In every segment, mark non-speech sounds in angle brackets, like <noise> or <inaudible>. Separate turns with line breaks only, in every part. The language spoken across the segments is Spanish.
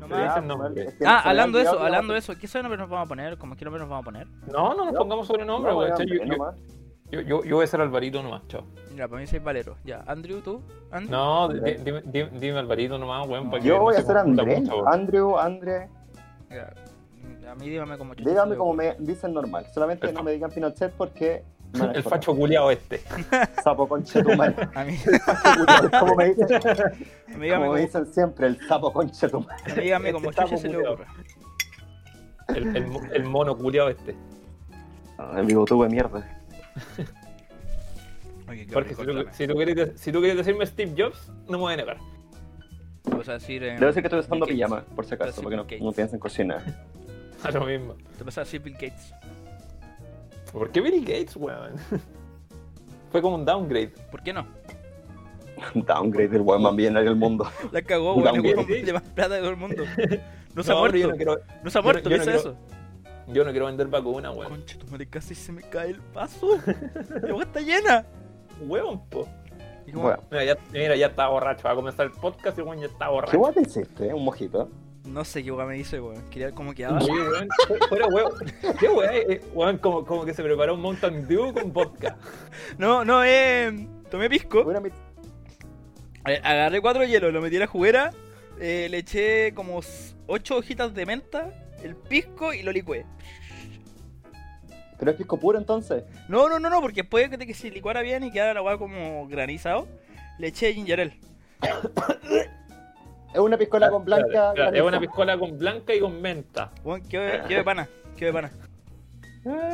nomás.
Dice el nombre.
Es que
Ah,
se me
hablando de
había
eso,
olvidado
hablando de
que-
eso, ¿qué sobrenombre nos vamos a poner? ¿Cómo qué nombre nos vamos a poner?
No, no nos
No,
pongamos sobrenombre,
No,
weón.
weón,
Sí, yo-
es
yo-
nomás.
Yo, yo, yo voy a ser Alvarito nomás, chao.
Mira, para mí soy Valero. Ya, Andrew, tú. Andrew.
No, di- di- dime, dime, dime Alvarito nomás, weón. para que
Yo
no
voy a
se
ser Ah,
confunda
André,
mucho, weón.
Andrew, André.
Ya, A mí dígame como chucha se
Dígame
le
como
ocurre.
me dicen normal. Solamente
El
no
fa-
me digan Pinochet porque. me van a
El
correr.
facho culiao este.
Sapo concha de tu <laughs> madre.
<laughs>
A mí,
Como me dicen,
a mí dígame
como me
como,
dicen siempre, el sapo concha de tu madre.
a mí dígame como
Este
chucha
sapo
se le
culiao.
ocurre.
El, el, mo- el mono culiao este.
El bigotudo Ah, de mierda.
Oye, qué
Porque
rico
si
el
tú,
ramen.
si, tú quieres, de- si tú quieres decirme Steve Jobs, no me voy a negar.
O sea, decir, eh,
Debo decir que estoy usando
Bill
pijama,
Gates.
por si acaso,
Pero
porque no,
sí,
no pienso en cocinar.
A lo mismo.
Te vas a decir Bill Gates.
¿Por qué Bill Gates, weón? <laughs> Fue como un downgrade.
¿Por qué no?
<laughs> Downgrade del weón más bien en el
<laughs>
mundo.
La cagó, weón.
También.
El weón de más plata de todo
<laughs>
el mundo. No se ha
pero Yo
muerto.
no quiero,
No se
yo
ha
no-
muerto,
yo no
piensa
quiero-
eso.
yo no quiero vender vacuna, weón.
Concha, tu madre casi se me cae el paso. <laughs> La boca está llena.
Huevón, po.
Y como,
Bueno,
Mira ya, mira, ya está borracho. Va a comenzar el podcast y el weón ya está
¿Qué
borracho.
guay te hiciste? eh? ¿Un mojito?
No sé qué weón me hice, weón. Quería
<laughs>
ver cómo quedaba.
Sí, weón. Fue- Fuera, weón. ¿Qué weón? Eh, weón, como, como que se preparó un Mountain Dew con vodka.
No, no, eh. Tomé pisco.
Mira mi-
A ver, Eh, agarré cuatro hielos, lo metí a la juguera, eh, le eché como s- ocho hojitas de menta, el pisco y lo licué.
Pero es pisco puro entonces.
No, no, no, no, porque después de que se licuara bien y quedara la agua como granizado, le eché ginger ale.
Es una piscola con blanca.
Espérate, espérate, Es una
granizada.
piscola con blanca y con menta.
Bueno, quedó de quedó de pana, quedó de pana.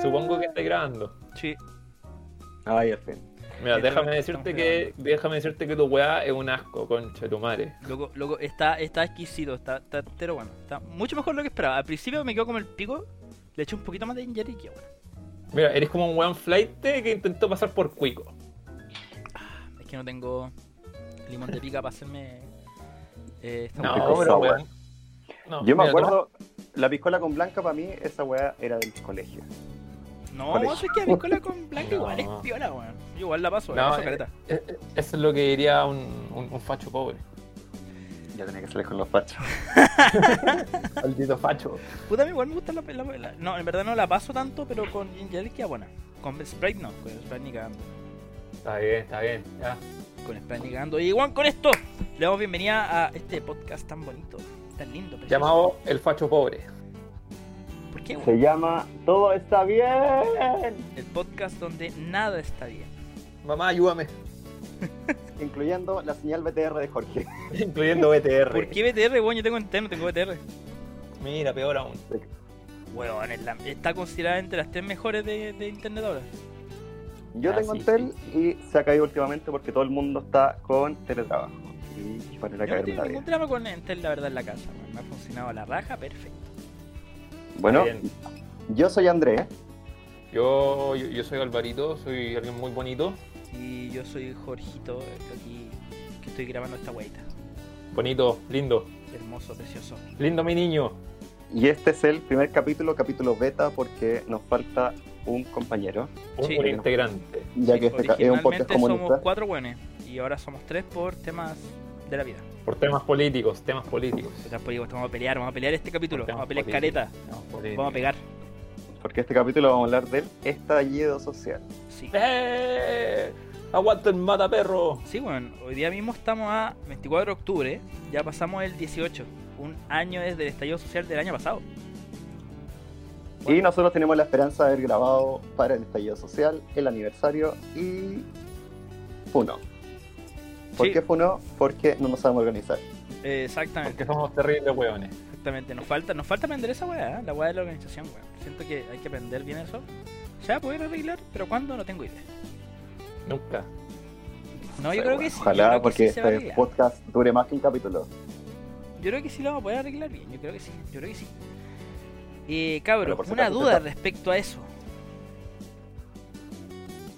Supongo que esté grabando.
Sí.
Ah. Ay, al fin.
Mira,
Estamos-
déjame
estamos
decirte que déjame decirte que tu weá es un asco, concha de tu madre.
Loco, loco, está, está exquisito, está, está entero bueno. Está mucho mejor lo que esperaba. Al principio me quedó como el pico, le eché un poquito más de ginger ale y quedó bueno.
Mira, eres como un weón flight que intentó pasar por cuico.
Es que no tengo limón de pica para hacerme... eh, esta
No,
hueá.
Pico
pero
sour.
weón. No,
Yo me
mira,
acuerdo, la piscola con blanca para mí, esa weá era del colegio.
No,
Colegio.
eso es que la piscola con blanca igual es
No.
piola, weón. Yo igual la paso,
No,
la paso
eh,
careta.
eh, eh, Eso es lo que diría un, un- un facho pobre.
Ya tenía que salir con los fachos.
<laughs> Maldito facho.
Puta, a mí igual me gusta la, la, la- No, en verdad no la paso tanto, pero con ginger ale queda buena. Con Sprite no, con Sprite ni cagando.
Está bien, está bien. Ya.
Con Sprite ni cagando. Y igual con esto, le damos bienvenida a este podcast tan bonito, tan lindo. precioso.
Llamado el facho pobre.
¿Por qué,
Se
weón?
llama Todo está bien,
El podcast donde nada está bien.
Mamá, ayúdame.
incluyendo la señal BTR de Jorge.
<laughs> Incluyendo BTR.
¿Por qué BTR, weón? Yo tengo entero, tengo BTR.
Mira, peor aún.
Weón, es la- está considerada entre las tres mejores de, de internet ahora.
Yo
Ah,
tengo
sí,
Entel y se ha caído últimamente porque todo el mundo está con teletrabajo. Y para ir a
Yo no
caer
tengo
la
ningún
vida.
drama con Entel, la verdad, en la casa, weón. Me ha funcionado la raja, perfecto.
Bueno,
Bien.
yo soy Andrés.
Yo, yo, yo soy Alvarito, soy alguien muy bonito.
Y yo soy Jorgito, el que aquí que estoy grabando esta weita.
Bonito, lindo.
Hermoso, precioso.
Lindo mi niño.
Y este es el primer capítulo, capítulo beta, porque nos falta un compañero.
Un,
Sí.
un integrante.
Ya
Sí,
que este ca- es un podcast
originalmente somos
comunista.
cuatro weones y ahora somos tres por temas de la vida.
Por temas políticos, temas políticos.
O sea, pues digo, vamos a pelear, vamos a pelear este capítulo,
Por temas
vamos a pelear
políticos,
careta,
temas políticos.
vamos a pegar.
Porque este capítulo vamos a hablar del estallido social.
Sí.
¡Eh! ¡Aguanta el mataperro!
Sí, weón, hoy día mismo estamos a 24 de octubre, ya pasamos el 18, un año desde el estallido social del año pasado.
Y nosotros tenemos la esperanza de haber grabado para el estallido social, el aniversario y. Funo. ¿Por
Sí.
qué Funo? Porque no nos sabemos organizar.
Eh, exactamente,
Porque somos terribles hueones.
exactamente. Nos falta, nos falta aprender esa weá, ¿eh? la weá de la organización, weón. Siento que hay que aprender bien eso. Se va a poder arreglar, pero cuándo no tengo idea.
Nunca.
No, yo
Pero
creo
bueno,
que sí. yo
Ojalá,
creo que
porque
sí se va a
este
arreglar.
podcast dure más que un capítulo.
Yo creo que sí lo vamos a poder arreglar bien, yo creo que sí, yo creo que sí. Eh, cabros,
Bueno, por si
una
acaso
duda
te-
respecto a eso.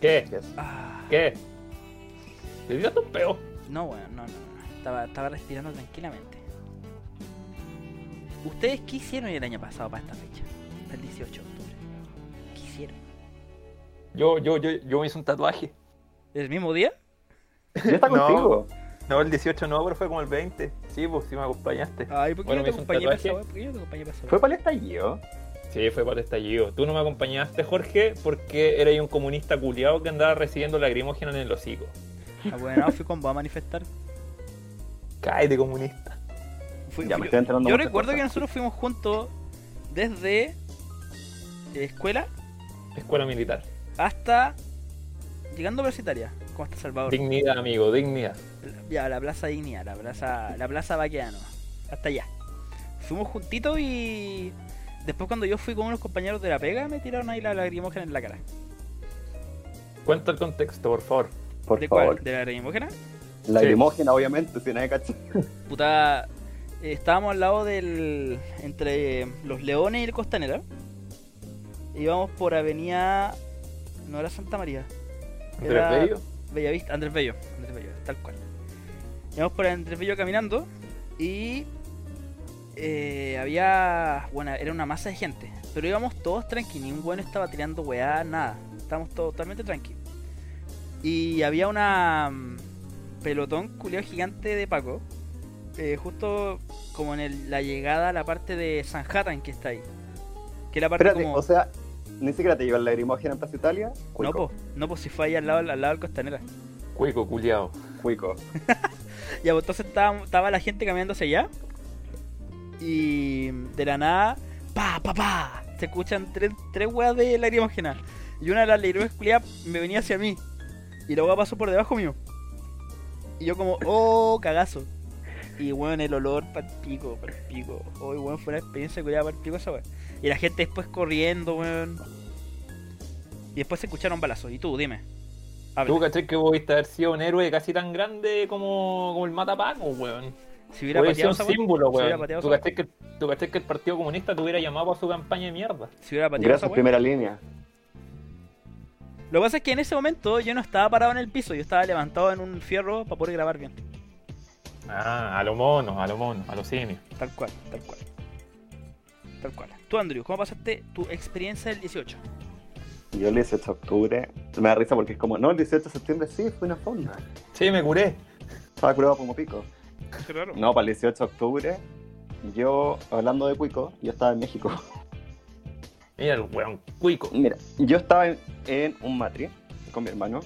¿Qué?
Yes.
Ah,
¿Qué? Te tiraste un peo.
no, bueno, no, no, no. Estaba, estaba respirando tranquilamente. ¿Ustedes qué hicieron el año pasado para esta fecha? Para el 18 de octubre. ¿Qué hicieron?
Yo, yo, yo, yo me hice un tatuaje.
¿El mismo día?
Yo está
No.
contigo.
No, el 18 no, pero fue como el 20. Sí, pues sí me acompañaste.
Ay, ¿por qué
Bueno,
yo te
me hice un
acompañé para esa
tatuaje.
weá? ¿Por qué yo te acompañé para esa
¿Fue
weá?
para el estallido?
Sí, fue para el estallido. Tú no me acompañaste, Jorge, porque eres un comunista culiado que andaba recibiendo lagrimógena en el hocico.
Ah, bueno, fui con va
<laughs>
a manifestar.
Cállate, comunista.
Fui-
Ya, me
fui-
estoy enterando
yo
muchas
recuerdo
cosas.
que nosotros fuimos juntos desde eh, escuela
Escuela militar.
hasta llegando a Universitaria, como hasta Salvador.
Dignidad, amigo, dignidad.
Ya, la Plaza Dignidad, la Plaza, la Plaza Baqueano. Hasta allá. Fuimos juntitos y después cuando yo fui con unos compañeros de la pega me tiraron ahí la lagrimógena en la cara.
Cuenta el contexto, por favor.
Por
¿De
favor.
cuál? ¿De la lagrimógena?
Lagrimógena, obviamente, si nadie cacha.
Puta, eh, estábamos al lado del. entre los Leones y el Costanera. Íbamos por avenida. no era Santa María.
¿Entre
Era-
ellos?
Bellavista, Andrés Bello, Andrés Bello, tal cual. Íbamos por Andrés Bello caminando y eh, había, bueno, era una masa de gente, pero íbamos todos tranqui, ni un bueno estaba tirando weá, nada, estábamos todos totalmente tranqui. Y había una mm, pelotón culiao gigante de Paco, eh, justo como en el- la llegada a la parte de Sanhattan que está ahí. Que es la parte
Espérate,
como...
o sea, ni siquiera te llegó el lagrimógena en Plaza Italia.
no,
Cuico.
pues, no, pues si fue ahí al lado, al lado del Costanera.
Cuico, culiado.
Cuico.
Ya, pues entonces estaba, estaba la gente caminando hacia allá. Y de la nada, pa, pa, pa. Se escuchan tres, tres weas de lagrimógena. Y una de las lagrimógenas culiadas me venía hacia mí. Y la wea pasó por debajo mío. Y yo, como, oh, cagazo. Y weón, el olor para pico, para pico. Hoy, weón, fue una experiencia culiada para pico esa wea. Y la gente después corriendo, weón. Y después se escucharon balazos. Y tú, dime. Habla.
Tú caché que viste haber sido un héroe casi tan grande como, como el Matapaco, weón.
Si hubiera
Hubiera sido
pateado
un
esa wea-
símbolo,
si hubiera
weón.
pateado
Tú
esa
caché que, tú caché que el Partido Comunista te hubiera llamado a su campaña de mierda.
si hubiera pateado esa
Gracias,
wea.
primera línea.
Lo que pasa es que en ese momento yo no estaba parado en el piso, yo estaba levantado en un fierro para poder grabar bien.
Ah, a lo mono, a lo mono, a los simios.
Tal cual, tal cual. Tal cual. Tú, Andrew, ¿cómo pasaste tu experiencia del 18?
Yo el 18 de octubre. Me da risa porque es como, no, el 18 de septiembre sí, fue una forma.
Sí, me curé.
Estaba curado como pico.
Qué raro.
No, para el 18 de octubre, yo, hablando de Cuico, yo estaba en México.
Mira el weón, cuico.
Mira, yo estaba en, en un matri con mi hermano,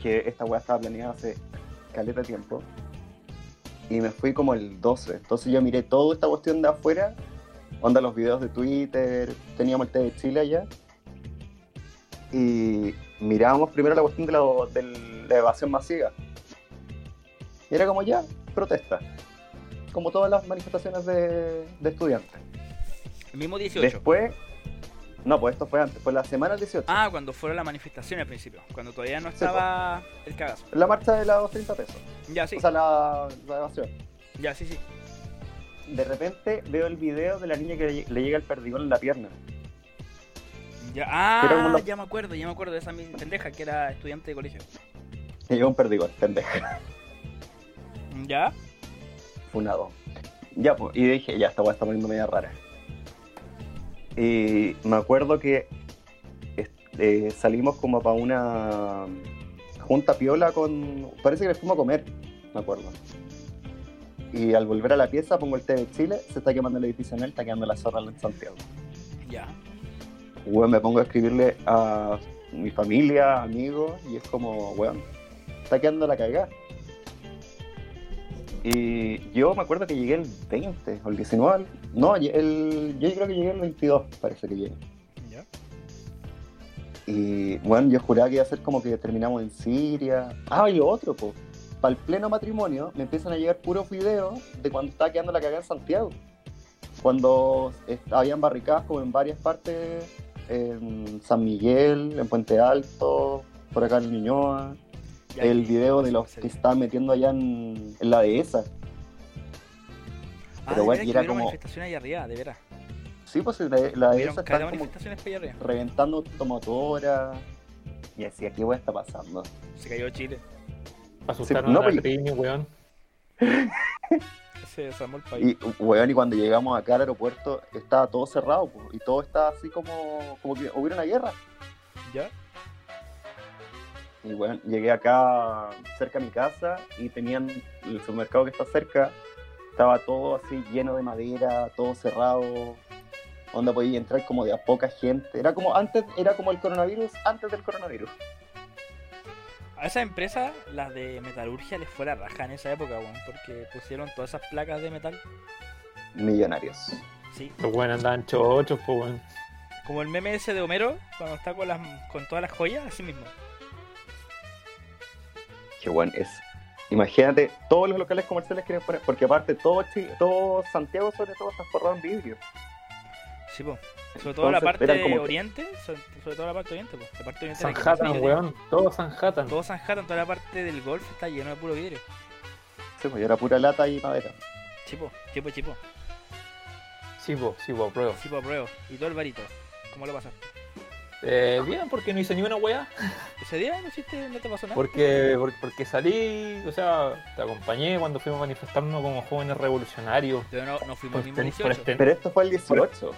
que esta weá estaba planeada hace caleta de tiempo, y me fui como el 12. Entonces yo miré toda esta cuestión de afuera, onda los videos de Twitter, teníamos el té de Chile allá, y mirábamos primero la cuestión de la, de la evasión masiva. Y era como ya, protesta, como todas las manifestaciones de- de estudiantes.
El mismo 18.
Después, no, pues esto fue antes, fue la semana del 18.
Ah, cuando fueron las manifestaciones al principio, cuando todavía no
Sí,
estaba el cagazo.
La marcha de los 30 pesos,
Ya, sí,
o sea, la, la evasión.
ya, sí, sí.
De repente veo el video de la niña que le, le llega el perdigón en la pierna.
Ya,
Pero como
ah,
la-
ya me acuerdo, ya me acuerdo de esa mi pendeja que era estudiante de colegio.
Le llegó un perdigón, pendeja,
Ya,
funado. Ya, pues, y dije, ya, esta weá está poniendo media rara. Y me acuerdo que es- eh, salimos como para una junta piola con. Parece que le fuimos a comer, me acuerdo. Y al volver a la pieza pongo el té de Chile, se está quemando el edificio en él, está quedando la zorra en Santiago.
ya.
weón, me pongo a escribirle a mi familia, amigos, y es como, weón, está quedando la cagada. Y yo me acuerdo que llegué el 20 o el 19, no, lle- el, yo creo que llegué el 22, parece que llegué.
Ya.
Y bueno, yo juraba que iba a ser como que terminamos en Siria. Ah, y lo otro, pues. Para el pleno matrimonio me empiezan a llegar puros videos de cuando estaba quedando la cagada en Santiago. Cuando est- habían barricadas como en varias partes, en San Miguel, en Puente Alto, por acá en Niñoa.
Ya,
el
y-
video de los que
serio.
estaban metiendo allá en, en la dehesa.
Ah,
pero bueno,
de
y
veras que
era
hubieron
como-
manifestaciones allá arriba, de veras.
Sí, pues la, la
Hubieron
dehesa
caleta
está como
manifestaciones para allá arriba.
reventando tomadoras. Y decía, ¿qué weá está pasando?
Se cayó Chile.
Asustaron
Sí, no,
a la
pues-
Trini, weón.
Se desarmó el país.
Y, weón, y cuando llegamos acá al aeropuerto estaba todo cerrado po, y todo estaba así como, como que hubiera una guerra.
¿Ya?
Y bueno, llegué acá cerca a mi casa y tenían el supermercado que está cerca, estaba todo así lleno de madera, todo cerrado, onda podía entrar como de a poca gente. Era como antes, era como el coronavirus antes del coronavirus.
A esa empresa, las de metalurgia, les fue la raja en esa época, weón, porque pusieron todas esas placas de metal.
Millonarios.
Sí,
Los buenos andaban chochos, pues, weón.
como el meme ese de Homero, cuando está con, las, con todas las joyas, así mismo.
Qué bueno es. Imagínate, todos los locales comerciales quieren poner, porque aparte todo, Chi- todo Santiago sobre todo está forrado en vidrio.
Sí, po. Sobre todo la
Entonces,
parte
eran como-
oriente, sobre, sobre todo la parte oriente, po. La parte oriente era que más
Sanhattan,
vidrio
weón. Todo Sanhattan.
tenía. Todo Sanhattan, toda la parte del golf está lleno de puro vidrio.
Sí, pues, y era pura lata y madera.
Chipo, chipo, chipo.
Sí, po, sí, po, pruebo.
Chipo, apruebo. Y todo el barito. ¿Cómo lo pasaste?
Eh, bien, porque no hice ni una weá.
Ese día no hiciste, no te pasó nada.
Porque, porque, porque salí, o sea, te acompañé cuando fuimos a manifestarnos como jóvenes revolucionarios.
Pero no, no
Por
fuimos el mismo
este- por
18.
este-
Pero esto fue el 18.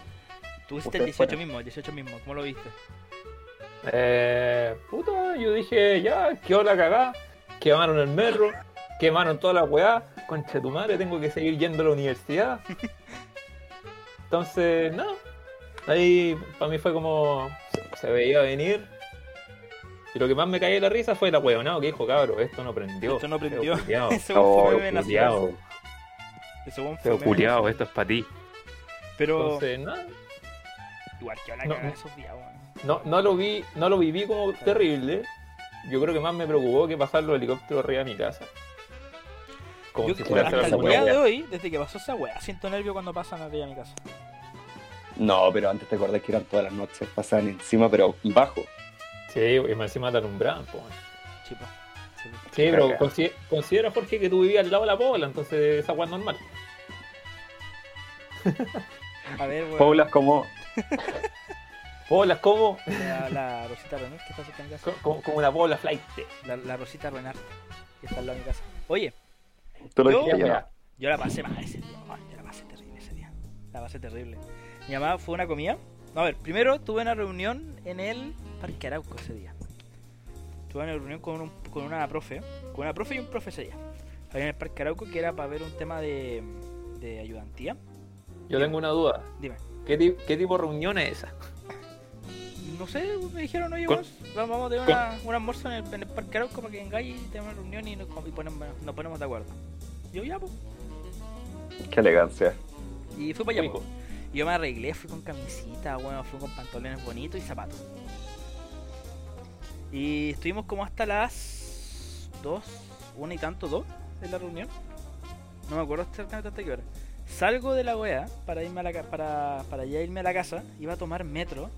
Tú hiciste el
Pues Ustedes
18
fueron.
mismo, el 18 mismo. ¿Cómo lo viste?
Eh, puta, yo dije, ya, quedó la cagá, quemaron el merro, quemaron toda la weá, concha tu madre, tengo que seguir yendo a la universidad. Entonces, no, ahí para mí fue como, se, se veía venir. Y lo que más me caía de la risa fue la weonado que dijo, cabro, esto no prendió.
Esto no prendió".
feo culiao,
Ese weón
Oh,
fue meme
feo
nacional.
culiao,
Ese weón fue <laughs>
feo
meme
culiao,
nacional.
esto es para ti.
Pero
Entonces, no,
igual que la
no.
cagada esos días, weón.
no, no lo vi, no lo viví como terrible. Yo creo que más me preocupó que pasar los helicópteros arriba de mi casa. Como
Yo
si
que-
fuera a hacer
hasta el
alguna
día
weá.
de hoy, desde que pasó esa weá, siento nervio cuando pasan arriba de mi casa.
No, pero antes te acordás que eran todas las noches, pasaban encima, pero bajo.
Sí, y más encima te alumbraban, po.
Chipo. chipo.
Sí, pero
Caca.
consi- considera, Jorge, que tú vivías al lado de la pobla, entonces esa weá es normal.
A ver, weón.
Poblas como,
Poblas como,
La, la Rosita Renard que está cerca de mi casa.
como, como una pobla flight.
La, la Rosita Renard que está al lado de mi casa. Oye,
tú lo
Yo-
dijiste ya.
yo la pasé mal ese día. Ay, yo la pasé terrible ese día. La pasé terrible. Mi mamá fue a una comida. No, a ver, primero tuve una reunión en el Parque Arauco ese día. Tuve una reunión con, un- con una profe. Con una profe y un profe ese día. Ahí en el Parque Arauco que era para ver un tema de, de ayudantía.
Yo tengo una duda.
Dime.
¿Qué, ti- qué tipo de reunión es esa?
No sé, me dijeron, oye,
Con-
vos, vamos, vamos a tener una, un almuerzo en el, en el Parque Arauco para que vengáis y tenemos una reunión y nos, y ponemos, nos ponemos de acuerdo. Yo ya, pues.
Qué elegancia.
Y fui para allá,
Cuico.
pues. po. Y yo me arreglé, fui con camisita, bueno, fui con pantalones bonitos y zapatos. Y estuvimos como hasta las 2, una y tanto, 2 de la reunión. No me acuerdo exactamente hasta qué hora. Salgo de la wea para irme a la ca- para, para ya irme a la casa, iba a tomar metro.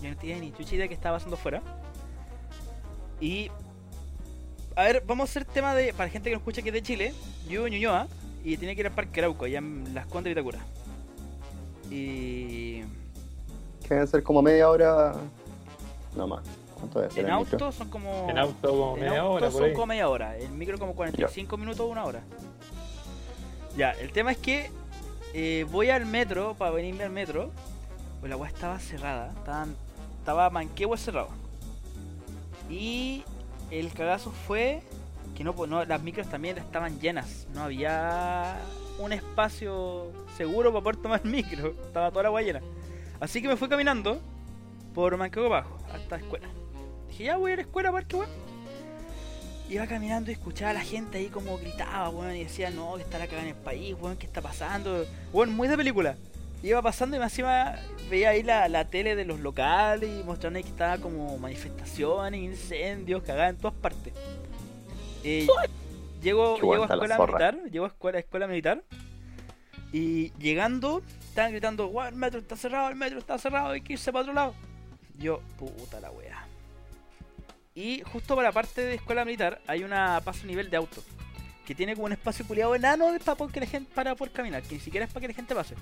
Yo no tenía ni chucha idea que estaba pasando fuera. Y a ver, vamos a hacer tema de para gente que nos escucha que es de Chile, yo vivo en Ñuñoa y tenía que ir al Parque Arauco, allá en Las Condes de Vitacura. Y
Que debe ser como media hora. No más. ¿Cuánto debe ser?
en
el micro?
auto son como.
En auto como
en
media
auto
hora, por
Eh, son
ahí.
como media hora. En micro como 45 minutos o una hora. Ya, el tema es que eh, voy al metro, para venirme al metro. Pues la weá estaba cerrada. Estaban, estaba manquehue cerrado. Y el cagazo fue que no, po- no, las micros también estaban llenas. No había un espacio seguro para poder tomar <laughs> micro. Estaba toda la weá llena. Así que me fui caminando por Manquehue Bajo hasta la escuela. Dije, ya voy a la escuela, a ver qué weá. Iba caminando y escuchaba a la gente ahí como gritaba, weón, y decía, no, que está la cagada en el país, weón, ¿qué está pasando? Weón, muy de película. Iba pasando y más encima veía ahí la, la tele de los locales y mostrando ahí que estaba como manifestaciones, incendios, cagada en todas partes. Eh, llego,
Qué
llego a
guanta la
escuela
zorra.
militar, llego a escuela, escuela militar y llegando estaban gritando, weón, el metro está cerrado, el metro está cerrado, hay que irse para otro lado. Yo, puta la wea. Y justo para la parte de escuela militar hay una paso nivel de auto. Que tiene como un espacio culiado enano de- para, porque la gente, para por caminar, que ni siquiera es para que la gente pase.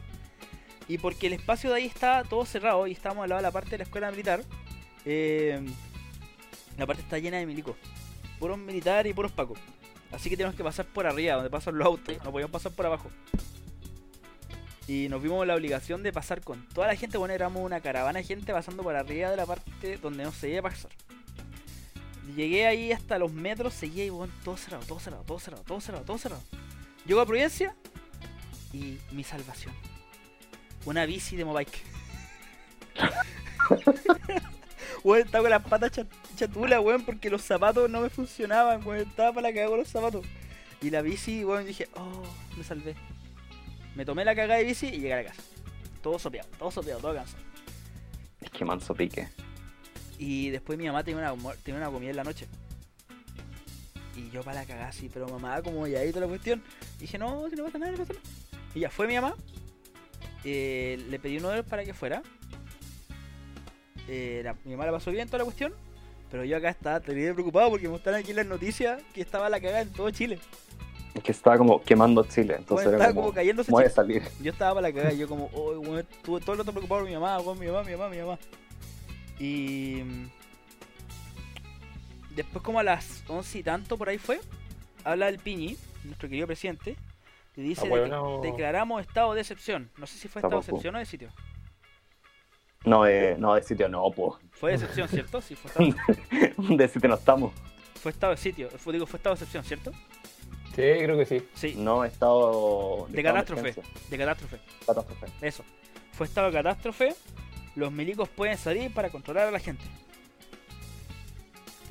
Y porque el espacio de ahí está todo cerrado y estábamos al lado de la parte de la escuela militar, eh, la parte está llena de milicos. Puros militares y puros pacos. Así que tenemos que pasar por arriba, donde pasan los autos. No podíamos pasar por abajo. Y nos vimos la obligación de pasar con toda la gente. Bueno, éramos una caravana de gente pasando por arriba de la parte donde no se iba a pasar. Llegué ahí hasta los metros, seguía y weón, todo cerrado, todo cerrado, todo cerrado, todo cerrado, todo cerrado. Llego a Providencia y mi salvación. Una bici de Mobike. <laughs> weón, estaba con las patas chat- chatulas, weón, porque los zapatos no me funcionaban, weón. Estaba para la cagada con los zapatos. Y la bici, weón, dije, oh, me salvé. Me tomé la cagada de bici y llegué a la casa. Todo sopeado, todo sopeado, todo cansado.
Es que manso pique.
Y después mi mamá tenía una, almuer- tenía una comida en la noche. Y yo para la cagada así, pero mamá, como ya ahí toda la cuestión. Y dije, no, si no pasa nada, no pasa nada. Y ya fue mi mamá. Eh, le pedí un Uber para que fuera. Eh, la- mi mamá la pasó bien toda la cuestión. Pero yo acá estaba terrible preocupado porque me están aquí las noticias que estaba la cagada en todo Chile.
Es que estaba como quemando Chile, entonces
Bueno,
era
estaba como,
como,
cayéndose
voy a
Chile.
salir.
Yo estaba para la cagada, yo como, oh, weón, estuve todo el rato preocupado por mi mamá, weón, mi mamá, mi mamá, mi mamá. Y. mm, Después, como a las once y tanto por ahí fue, habla el Piñi, nuestro querido presidente, y dice: de que
Ahueonao.
Declaramos estado de excepción. No sé si fue estado de
Tampoco.
excepción o de sitio.
No, eh, no, de sitio no, po. <laughs>
Fue de excepción, ¿cierto? Sí, fue estado,
De sitio no estamos.
fue estado de sitio. Fue- digo, fue estado de excepción, ¿cierto?
Sí, creo que sí.
Sí,
No he estado...
De
estado
catástrofe.
emergencia.
de catástrofe.
Catástrofe.
Eso. Fue estado de catástrofe. Los milicos pueden salir para controlar a la gente.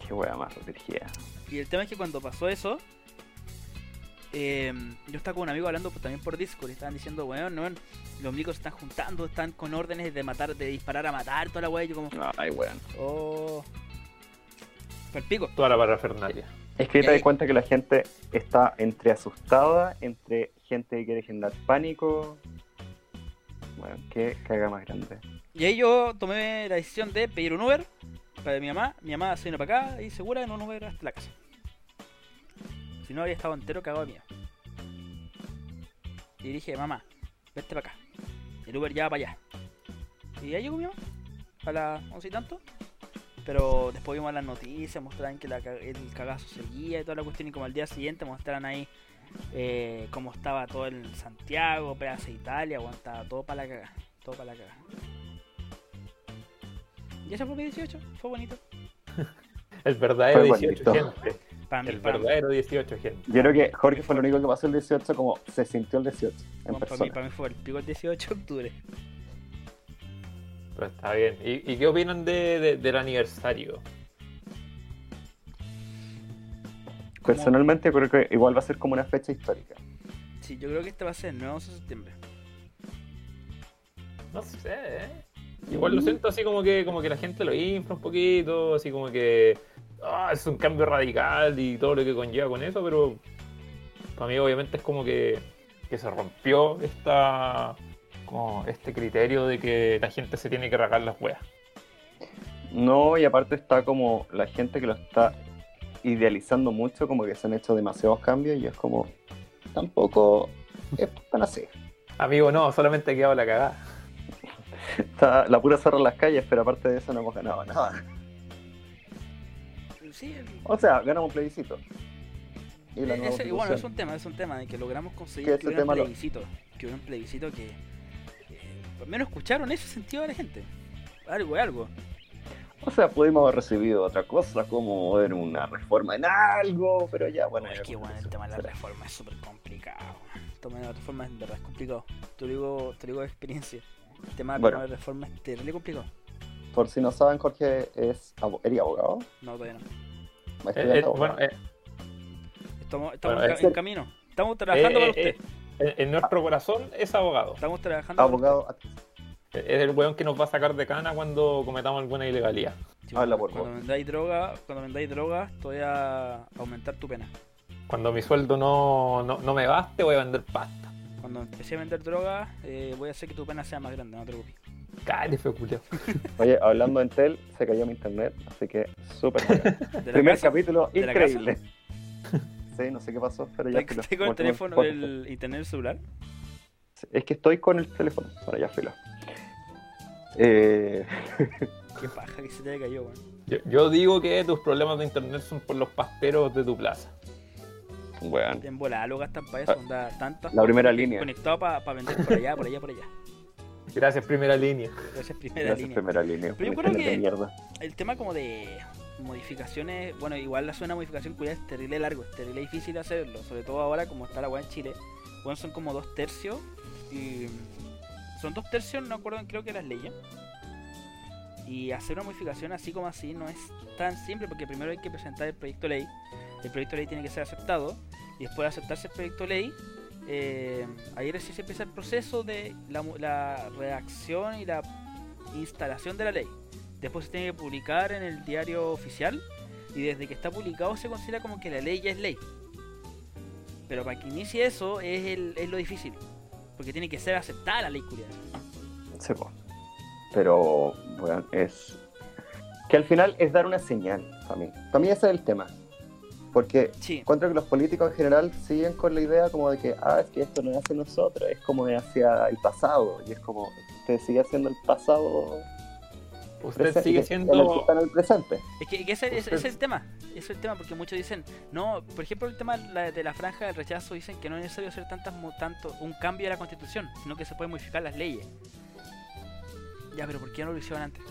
Qué wea más virgía.
Y el tema es que cuando pasó eso, eh, yo estaba con un amigo hablando pues, también por Discord y estaban diciendo, weón, weón, los milicos se están juntando, están con órdenes de matar, de disparar a matar, toda la weá. Y yo como,
Ay, weón.
oh. Perpico.
Toda la parafernalia.
Es que te
Eh.
das cuenta que la gente está entre asustada, entre gente que quiere generar pánico. Bueno, qué caga más grande.
Y ahí yo tomé la decisión de pedir un Uber para mi mamá. Mi mamá se vino para acá y segura en un Uber hasta la casa. Si no, habría estado entero cagado de miedo. Y dije, mamá, vete para acá. El Uber ya va para allá. Y ahí llegó mi mamá, a las once y tanto. Pero después vimos las noticias, mostraban que la ca- el cagazo seguía y toda la cuestión. Y como al día siguiente mostraron ahí eh, cómo estaba todo el Santiago, pedazo de Italia, aguantaba todo para la cagada. Todo para la cagada. Y eso fue mi 18, fue bonito.
El verdadero
Fue
18,
bonito.
gente.
Para mí,
El
para mí,
verdadero 18, gente.
Yo creo que Jorge fue el único que pasó el 18 como se sintió el 18 en
bueno, para mí-
persona.
para mí fue el pico el 18 de octubre.
Pero está bien. ¿Y, y qué opinan de, de- del aniversario?
Personalmente creo que igual va a ser como una fecha histórica.
Sí, yo creo que este va a ser el 9 de septiembre.
No sé, ¿eh? Igual lo siento así como que, como que la gente lo infla un poquito, así como que ah, es un cambio radical y todo lo que conlleva con eso, pero para mí obviamente es como que, que se rompió esta como este criterio de que la gente se tiene que rajar las weas.
No, y aparte está como la gente que lo está idealizando mucho, como que se han hecho demasiados cambios y es como tampoco es tan así.
Amigo, no, solamente ha quedado la cagada.
Está la pura cerrar las calles, pero aparte de eso no hemos ganado nada.
Sí, el-
O sea, ganamos plebiscito. Y la
Eh, ese-
nueva
y bueno, es
constitución.
un tema, es un tema de que logramos
Que
conseguir
ese
que hubiera un
tema lo-
plebiscito. Que hubiera un plebiscito que. eh, al menos escucharon ese sentido de la gente. Algo, algo.
O sea, pudimos haber recibido otra cosa, como en una reforma en algo, pero ya, bueno.
No, es
ya
que
con
bueno, el
eso
tema de la
será.
reforma es súper complicado. El tema de la reforma es en verdad es complicado. Te lo digo, te lo digo de experiencia. El tema de
Bueno.
la reforma es terrible complicado.
Por si no saben, Jorge es abo- ¿eres abogado.
No, todavía no.
Estudiante
Eh, eh,
abogado.
bueno, eh,
Estamos, estamos
Bueno,
en
es
ca- en
el-
camino. Estamos trabajando
eh,
para
eh,
usted.
eh, en nuestro corazón es abogado.
Estamos trabajando para
abogado,
Es el weón que nos va a sacar de cana cuando cometamos alguna ilegalidad.
Sí,
Habla
cuando-
por
cuando vendáis droga, cuando vendáis drogas, te voy a aumentar tu pena.
Cuando mi sueldo no, no, no me baste, voy a vender pasta.
Cuando empecé a vender drogas, eh, voy a hacer que tu pena sea más grande, no
<laughs>
te preocupes.
Cállate, feo culiao.
Oye, hablando de Entel, se cayó mi internet, así que
<laughs>
súper. bacán.
De la
Primer
casa,
capítulo
¿De la casa? <laughs>
increíble. Sí, no sé qué pasó, pero ya filo.
estoy con
Volvemos
el
al
teléfono,
podcast.
el internet celular.
Es que estoy con el teléfono, bueno, ya filo. Eh,
Qué paja que se te haya caído, weón.
Yo, yo digo que tus problemas de internet son por los pasteros de tu plaza.
bueno,
En bola, lo gastan para eso, onda, tantas.
Ah, la primera línea.
Conectado para vender por allá, por allá, por allá.
Gracias, primera línea.
Gracias, primera
Gracias,
línea.
primera línea.
Pero yo
Un
creo
internet de
que-
mierda.
El tema como de, modificaciones. Bueno, igual la suena modificación cuya es terrible largo, es terrible difícil hacerlo. Sobre todo ahora, como está la weá en Chile. Bueno, son como dos tercios. Y son dos tercios, no acuerdo, creo que las leyes. Y hacer una modificación así como así no es tan simple porque primero hay que presentar el proyecto de ley. El proyecto de ley tiene que ser aceptado. Y después de aceptarse el proyecto de ley, eh, ahí recién se empieza el proceso de la, mu- la redacción y la instalación de la ley. Después se tiene que publicar en el diario oficial. Y desde que está publicado se considera como que la ley ya es ley. Pero para que inicie eso es, el- es lo difícil. Porque tiene que ser aceptada la ley culiada.
Sí, po. Pero, bueno, es. Que al final es dar una señal para mí. Para mí ese es el tema. Porque
Sí.
encuentro que los políticos en general siguen con la idea como de que, ah, es que esto no es hacia nosotros, es como de hacia el pasado. Y es como, usted sigue haciendo el pasado.
Usted
presen-
Este sigue
que- en el que
siendo.
está en el presente.
Es que, que ese, ese- ese es el tema. Ese es el tema, porque muchos dicen, no, por ejemplo, el tema de la- de la franja del rechazo, dicen que no es necesario hacer tantas, mo- tanto un cambio de la constitución, sino que se pueden modificar las leyes. Ya, pero ¿por qué no lo hicieron antes?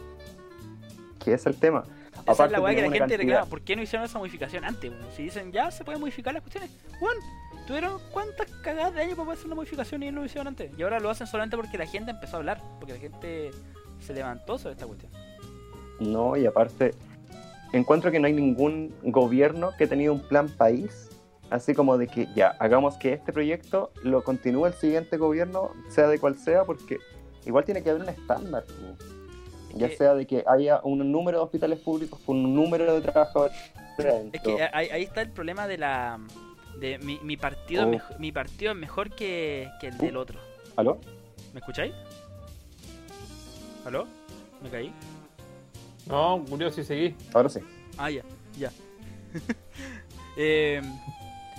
Que es el tema.
Esa es la weá que la
tenemos
gente
una
reclama.
cantidad-
¿Por qué no hicieron esa modificación antes? weón? Si dicen, ya se pueden modificar las cuestiones. Juan, tuvieron cuántas cagadas de años para poder hacer una modificación y no lo hicieron antes. Y ahora lo hacen solamente porque la gente empezó a hablar, porque la gente se levantó sobre esta cuestión.
No, y aparte, encuentro que no hay ningún gobierno que ha tenido un plan país, así como de que ya, hagamos que este proyecto lo continúe el siguiente gobierno, sea de cual sea, porque igual tiene que haber un estándar. po. Ya
que-
sea de que haya un número de hospitales públicos, un número de trabajadores.
Es
adentro.
que ahí, ahí está el problema de la de mi, mi partido
Oh. Uh.
es mejo- mi partido es mejor que, que el del otro.
¿Aló?
¿Me escucháis? ¿Aló? ¿Me caí?
No, curioso si seguí.
Ahora sí.
Ah, ya, ya. <laughs> Eh,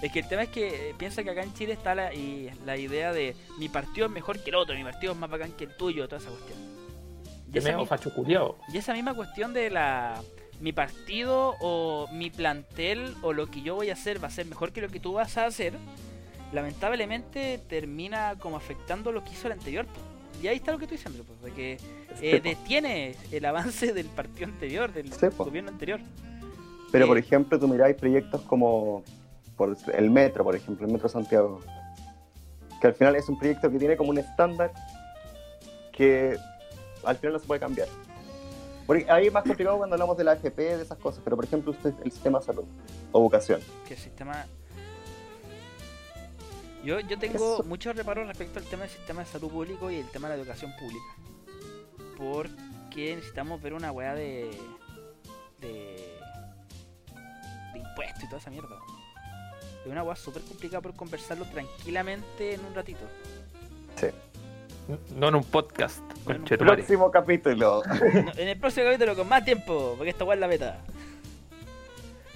es que el tema es que eh, piensa que acá en Chile está la, y la idea de mi partido es mejor que el otro, mi partido es más bacán que el tuyo, toda esa cuestión. Y
Que
esa,
me
mi-
facho culiao.
y esa misma cuestión de la mi partido o mi plantel o lo que yo voy a hacer va a ser mejor que lo que tú vas a hacer, lamentablemente termina como afectando lo que hizo el anterior. po. Y ahí está lo que tú diciendo, pues, de que eh,
Sí, po.
detiene el avance del partido anterior, del
Sí, po.
gobierno anterior.
Pero,
eh,
por ejemplo, tú miráis proyectos como por el metro, por ejemplo, el metro Santiago, que al final es un proyecto que tiene como un estándar que al final no se puede cambiar. Porque ahí es más complicado cuando hablamos de la AFP, de esas cosas, pero por ejemplo, usted- el sistema de salud o vocación.
que el sistema. Yo, yo tengo
Eso.
muchos reparos respecto al tema del sistema de salud público y el tema de la educación pública. Porque necesitamos ver una weá de. de. de impuestos y toda esa mierda. Es una weá súper complicada por conversarlo tranquilamente en un ratito.
No en un podcast.
Bueno,
Conchetumare.
Próximo capítulo.
No, en el próximo capítulo con más tiempo, porque esta weá es la beta.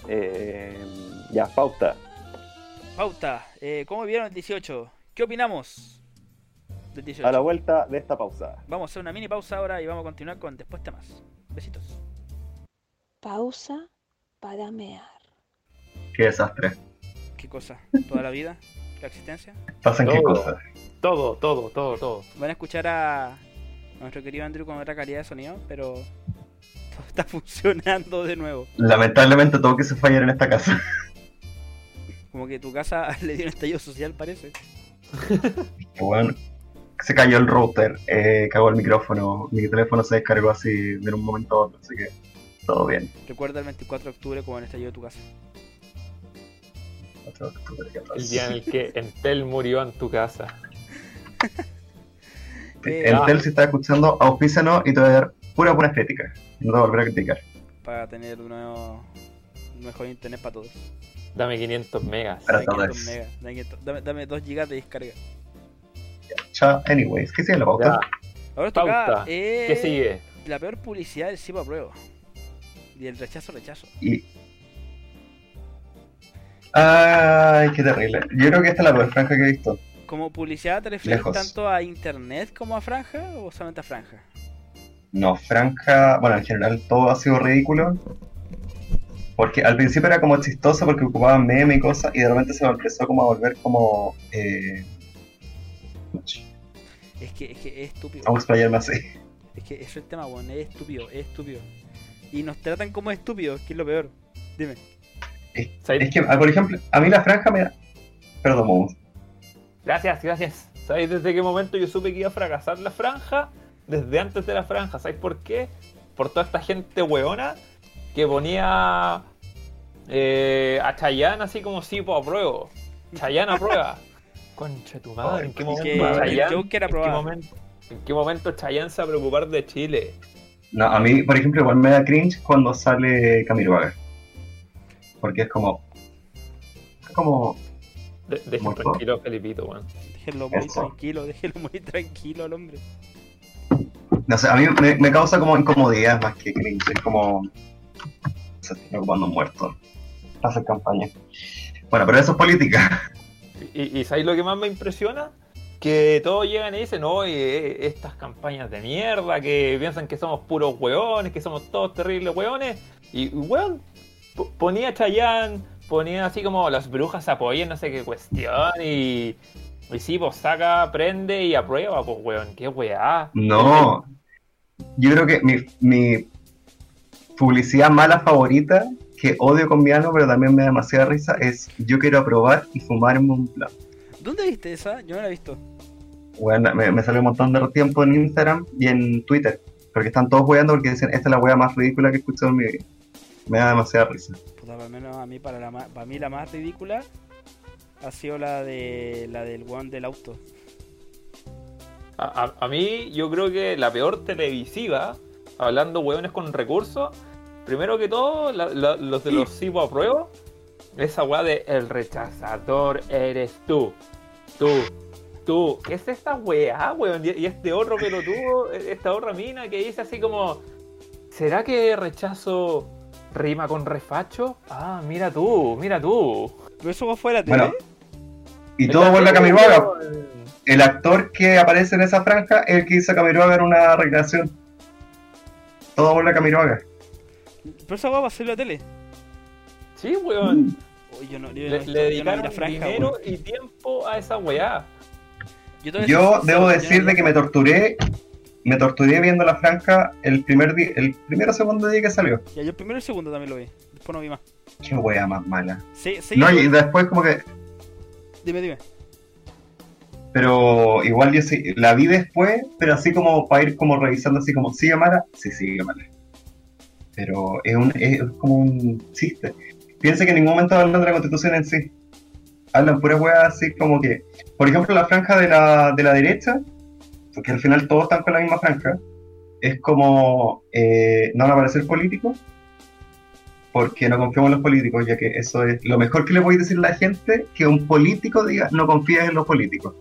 Eh, ya, pauta.
Pauta, eh, ¿cómo vieron el 18? ¿Qué opinamos del 18?
A la vuelta de esta pausa.
Vamos a hacer una mini pausa ahora y vamos a continuar con después temas. Besitos.
Pausa para mear.
Qué desastre.
¿Qué cosa? ¿Toda la vida? ¿La existencia?
Pasan qué
No.
cosas.
Todo, todo, todo, todo.
Van a escuchar a nuestro querido Andrew con otra calidad de sonido, pero todo está <laughs> funcionando de nuevo.
Lamentablemente tuvo que se fallar en esta casa. <laughs>
Como que tu casa <laughs> le dio un estallido social, parece.
Bueno, se cayó el router, eh, cagó el micrófono, mi teléfono se descargó así de un momento a otro, así que todo bien.
Recuerda el 24 de octubre como el estallido de tu casa.
Otro- otro- otro- otro-
El día en el que Entel murió en tu casa.
Eh,
Entel, si estás escuchando, auspícianos y te voy a dar pura, pura crítica. No te voy a volver a criticar.
Para tener un nuevo, un mejor internet para todos.
Dame 500 megas.
Para
Dame
todos.
500 megas, dame 500 Dame, dame 2 gigas de descarga.
Chao, anyways, ¿qué sigue la pauta?
Ahora toca
Pauta.
eh,
¿Qué sigue?
la peor publicidad del CIPA prueba. Y el rechazo, rechazo.
Y... Ay, qué terrible. Yo creo que esta es la peor franja que he visto.
¿Como publicidad te refieres
Lejos.
tanto a internet como a franja o solamente a franja?
No, Franja, bueno, en general todo ha sido ridículo. Porque al principio era como chistoso porque ocupaban meme y cosas, y de repente se me empezó como a volver como. Eh...
Es que es, que es estúpido.
Vamos a explayarme así.
Es que ese es el tema, weón. Es estúpido, es estúpido. y nos tratan como estúpidos, que es lo peor. Dime.
¿Sabes?
Es que, ah, por ejemplo, a mí la franja me da. Perdón, Momus.
Gracias, gracias. ¿Sabéis desde qué momento yo supe que iba a fracasar la franja? Desde antes de la franja. ¿Sabéis por qué? Por toda esta gente weona que ponía eh, a Chayanne así como sí, pues apruebo. Chayanne aprueba. Concha tu madre, ¿en qué
Ay,
momento
que
el
Chayanne-
Joker
en qué
aprobaba.
momento- ¿En qué momento Chayanne se va a preocupar de Chile?
No, a mí, por ejemplo, igual me da cringe cuando sale Camilo Vaga. Porque es como. Es como.
De, dejen
¿Moto?
tranquilo a Felipito, weón.
Déjenlo muy
Eso.
tranquilo, déjenlo muy tranquilo al hombre.
No sé, a mí me, me causa como incomodidad más que cringe. Es como. Se está ocupando un muerto. Para hacer campaña. Bueno, pero eso es política. <laughs>
Y, y ¿sabéis lo que más me impresiona? Que todos llegan y dicen, no, eh, estas campañas de mierda, que piensan que somos puros hueones, que somos todos terribles hueones. Y, weón, po- ponía Chayanne, ponía así como las brujas apoyen no sé qué cuestión, y, y sí, pues saca, prende y aprueba, pues weón, qué weá.
No. Yo creo que mi, mi publicidad mala favorita, que odio con mi alma, pero también me da demasiada risa, es Yo quiero aprobar y fumarme un plan.
¿Dónde viste esa? Yo no la he visto.
Bueno, me, me salió un montón de tiempo en Instagram y en Twitter. Porque están todos weando porque dicen, esta es la wea más ridícula que he escuchado en mi vida. Me da demasiada risa.
Puta, al menos a mí, para, la, ma- para mí la más ridícula ha sido la de la del one del auto.
A, a- a mí, yo creo que la peor televisiva, hablando hueones con recursos, primero que todo, la- la- los de los sigo a prueba, esa weá de el rechazador eres tú, tú, tú. ¿Qué es esta weá, weón? Y, y este otro pelotudo, e, esta otra mina que dice así como, ¿será que rechazo rima con refacho? Ah, mira tú, mira tú.
Pero eso va fuera de
Bueno,
tele.
Y todo vuelve a Camiroaga. El actor que aparece en esa franja es el que hizo a Camiroaga en una recreación. Todo vuelve a Camiroaga.
Pero esa hueá va a ser la tele.
Sí, weón.
Uy, yo no, yo
Le,
no- yo
le
no vi
dedicaron
la franja,
dinero
weón.
y tiempo a esa weá.
Yo, te voy a
Yo
ser sincero,
debo
yo no
decir de
vi-
que me torturé, me torturé viendo la franja el primer día, el primero o segundo día que salió.
Ya, yo el primero y el segundo también lo vi. Después no vi más.
Qué wea más mala.
Sí, sí. pues.
No, y después como que,
Dime, dime.
pero igual yo sí, la vi después, pero así como para ir como revisando así como, ¿sigue mala? Sí, sigue mala. Pero es, un, es como un chiste. Piensa que en ningún momento hablan de la constitución en sí. Hablan puras weas así como que, por ejemplo, la franja de la, de la derecha, porque al final todos están con la misma franja, es como eh, no van a parecer políticos, porque no confiamos en los políticos, ya que eso es lo mejor que le voy a decir a la gente, que un político diga no confíes en los políticos.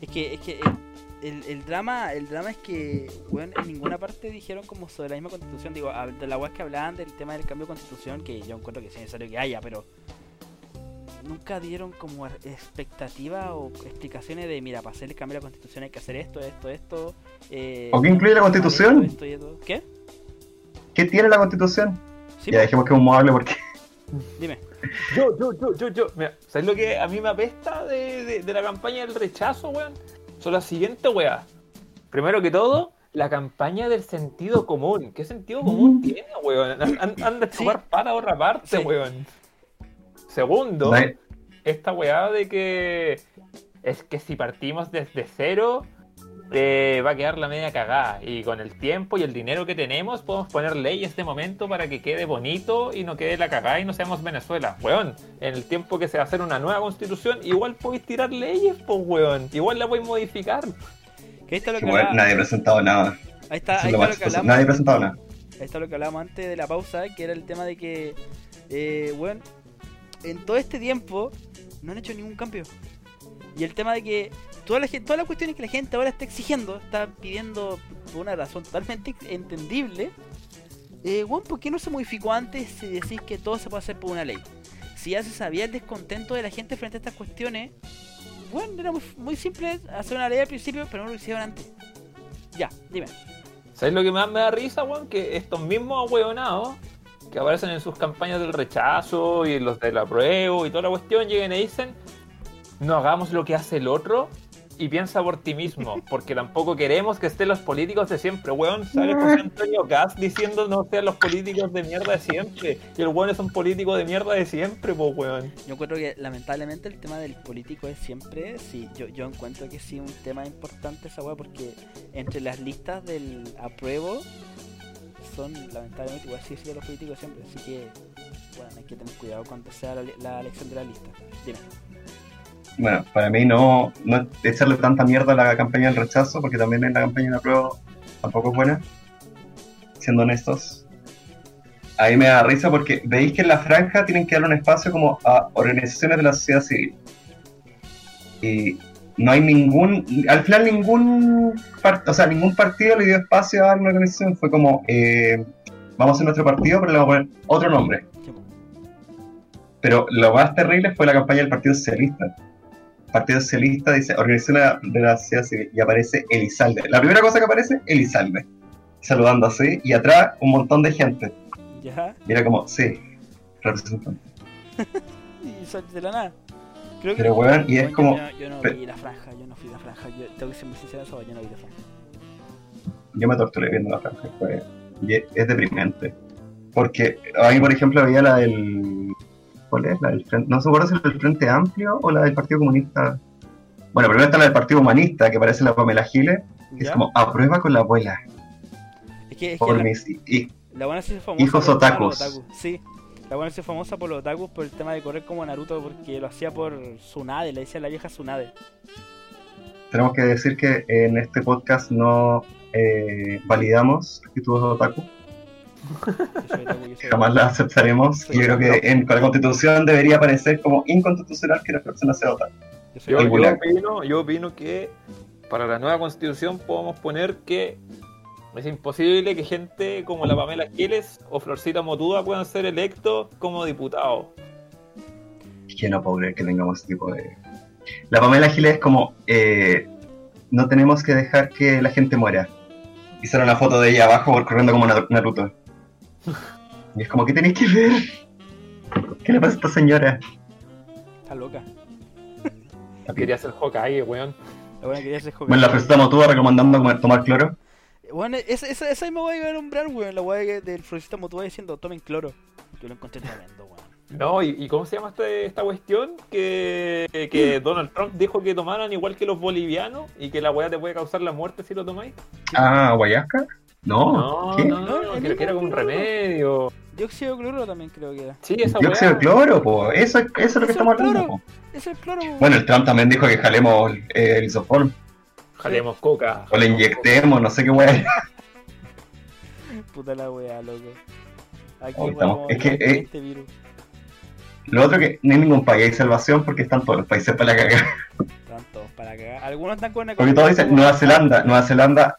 Es que, es que el- el, el drama, el drama es que, weón, en ninguna parte dijeron como sobre la misma constitución. Digo, hab- de la weá que hablaban del tema del cambio de constitución, que yo encuentro que es necesario que haya, pero nunca dieron como ar- expectativa o explicaciones de, mira, para hacer el cambio de la constitución hay que hacer esto, esto, esto. eh,
¿O qué incluye la constitución?
esto, esto y esto. ¿Qué?
¿Qué tiene la constitución?
Sí,
ya dejemos que es un mueble porque
dime.
Yo, yo, yo, yo, yo. Mira, ¿sabes lo que a mí me apesta de, de- de la campaña del rechazo, weón? Son las siguientes, weón. Primero que todo, la campaña del sentido común. ¿Qué sentido común tiene, weón? An- an- Anda a
Mm. Sí.
chupar para otra parte,
Sí.
weón. Segundo,
nadie-
esta weá de que es que si partimos desde cero eh, va a quedar la media cagada y con el tiempo y el dinero que tenemos podemos poner leyes de momento para que quede bonito y no quede la cagada y no seamos Venezuela. Weón, en el tiempo que se va a hacer una nueva constitución igual podéis tirar leyes, pues weón, igual la podéis modificar.
Que ahí está lo que
igual
hablaba-
nadie ha presentado nada.
ahí está,
Eso
ahí está
es lo más
lo que
chistoso.
hablamos.
Nadie ha presentado nada.
Ahí está lo que hablábamos antes de la pausa, que era el tema de que, eh, bueno, en todo este tiempo no han hecho ningún cambio. Y el tema de que toda la, gen- todas las cuestiones que la gente ahora está exigiendo, está pidiendo por una razón totalmente entendible, eh, bueno, ¿por qué no se modificó antes si decís que todo se puede hacer por una ley? Si ya se sabía el descontento de la gente frente a estas cuestiones, bueno, era muy, muy simple hacer una ley al principio, pero no lo hicieron antes. Ya, dime.
¿Sabes lo que más me da risa, weón? Que estos mismos hueonados que aparecen en sus campañas del rechazo y los del apruebo y toda la cuestión, lleguen y dicen, no hagamos lo que hace el otro, y piensa por ti mismo, porque tampoco queremos que estén los políticos de siempre, weón. ¿Sabes José Antonio Gas diciendo no sean los políticos de mierda de siempre? Y el weón es un político de mierda de siempre, pues weón.
Yo encuentro que lamentablemente el tema del político es siempre, sí, yo, yo encuentro que sí un tema importante esa weá porque entre las listas del apruebo son lamentablemente igual sí sí los políticos siempre, así que bueno, hay que tener cuidado cuando sea la, la elección de la lista. Dime.
Bueno, para mí no, no echarle tanta mierda a la campaña del rechazo, porque también en la campaña del apruebo tampoco es buena, siendo honestos. Ahí me da risa porque veis que en la franja tienen que dar un espacio como a organizaciones de la sociedad civil. Y no hay ningún, al final ningún, par- o sea, ningún partido le dio espacio a una organización. Fue como, eh, vamos a hacer nuestro partido, pero le vamos a poner otro nombre.
Sí, po.
Pero lo más terrible fue la campaña del Partido Socialista. Partido Socialista dice Organización de la- de la Sociedad Civil y aparece Elizalde. La primera cosa que aparece, Elizalde. Saludando así y atrás un montón de gente.
¿Ya?
Mira como, sí, representante.
Y son de la nada. Creo
Pero weón, y es
Yo
como,
no- Yo no,
pe-
vi la franja, yo no fui la franja. Yo tengo que ser muy sincero, eso, yo no vi la franja.
yo me torturé viendo la franja. fue- y es, es deprimente. Porque ahí, por ejemplo, había la del. ¿Cuál es? La del Frente. No se acuerdo si era del Frente Amplio o la del Partido Comunista. Bueno, primero está la del Partido Humanista, que parece la Pamela Giles, que es
¿Ya?
como aprueba con la abuela.
Es que, es que
Por
la,
mis hi-
la buena se hizo famosa.
Hijos
por el tema de los
otakus.
otakus, Sí, la buena se hizo famosa por los otakus por el tema de correr como Naruto, porque lo hacía por Tsunade, le decía la vieja Tsunade.
tenemos que decir que en este podcast no eh, validamos actitudes de otaku,
Yo soy otaku, yo soy
jamás
otaku.
las aceptaremos.
Sí.
y yo creo que en, con la constitución debería aparecer como inconstitucional que la persona sea otaku.
Yo soy
Yo,
otaku.
yo
Alguna-
opino, yo opino que para la nueva constitución podemos poner que es imposible que gente como la Pamela Giles o Florcita Motuda puedan ser electos como diputados.
Es que no puedo creer que tengamos ese tipo de... La Pamela Giles es como, eh, no tenemos que dejar que la gente muera. Hicieron la foto de ella abajo corriendo como Nar- <laughs> Naruto. Y es como, ¿qué tenéis que ver? ¿Qué le pasa a esta señora?
Está loca.
Quería ser Hokage, weón.
La buena quería ser joven.
Bueno, la presentamos motuda recomendando comer- tomar cloro.
Bueno, esa, esa, esa misma weá iba a nombrar, weón. La weá que- del Florcita Motuba diciendo tomen cloro. Yo lo encontré tremendo, weón.
No, ¿y, y cómo se llama este- esta cuestión? Que, que Donald Trump dijo que tomaran igual que los bolivianos y que la weá te puede causar la muerte si lo tomáis.
Ah, Guayasca? No,
No,
¿qué?
no,
No,
no,
el
creo que era como un
mismo cloro.
remedio.
Dióxido de cloro también creo que era.
Sí, esa weá.
Dióxido de cloro, po. Eso, eso es lo
Eso
que estamos
es cloro.
hablando. po.
Es el cloro, weón.
Bueno, el Trump también dijo que jalemos eh, el isoform
Jalemos coca.
o le inyectemos, no sé qué weá. <laughs>
Puta la weá, loco. Aquí,
Oh,
weón,
estamos-
vamos a
es que,
hablar de
eh,
este virus.
Lo otro que no hay ningún país hay salvación porque están todos los países para la cagada.
Están todos para cagar. Algunos están con una
<laughs> Porque todos dicen Nueva Zelanda, Nueva Zelanda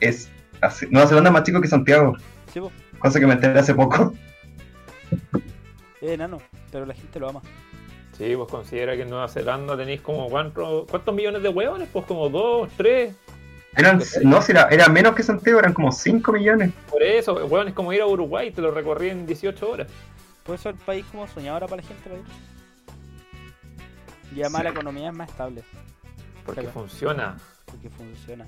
es así. Nueva Zelanda es más chico que Santiago,
Sí, po,
cosa que me enteré hace poco.
es enano, pero la gente lo ama.
Sí, pues considera que en Nueva Zelanda tenéis como cuánto- cuántos millones de hueones, pues como dos, tres.
Eran, no, si era, era menos que Santiago, eran como 5 millones.
Por eso, hueón, es como ir a Uruguay, te lo recorrí en 18 horas.
Por eso el país como soñadora para la gente, para ir. Y además
Sí.
la economía es más estable,
Porque
Claro.
funciona.
porque funciona.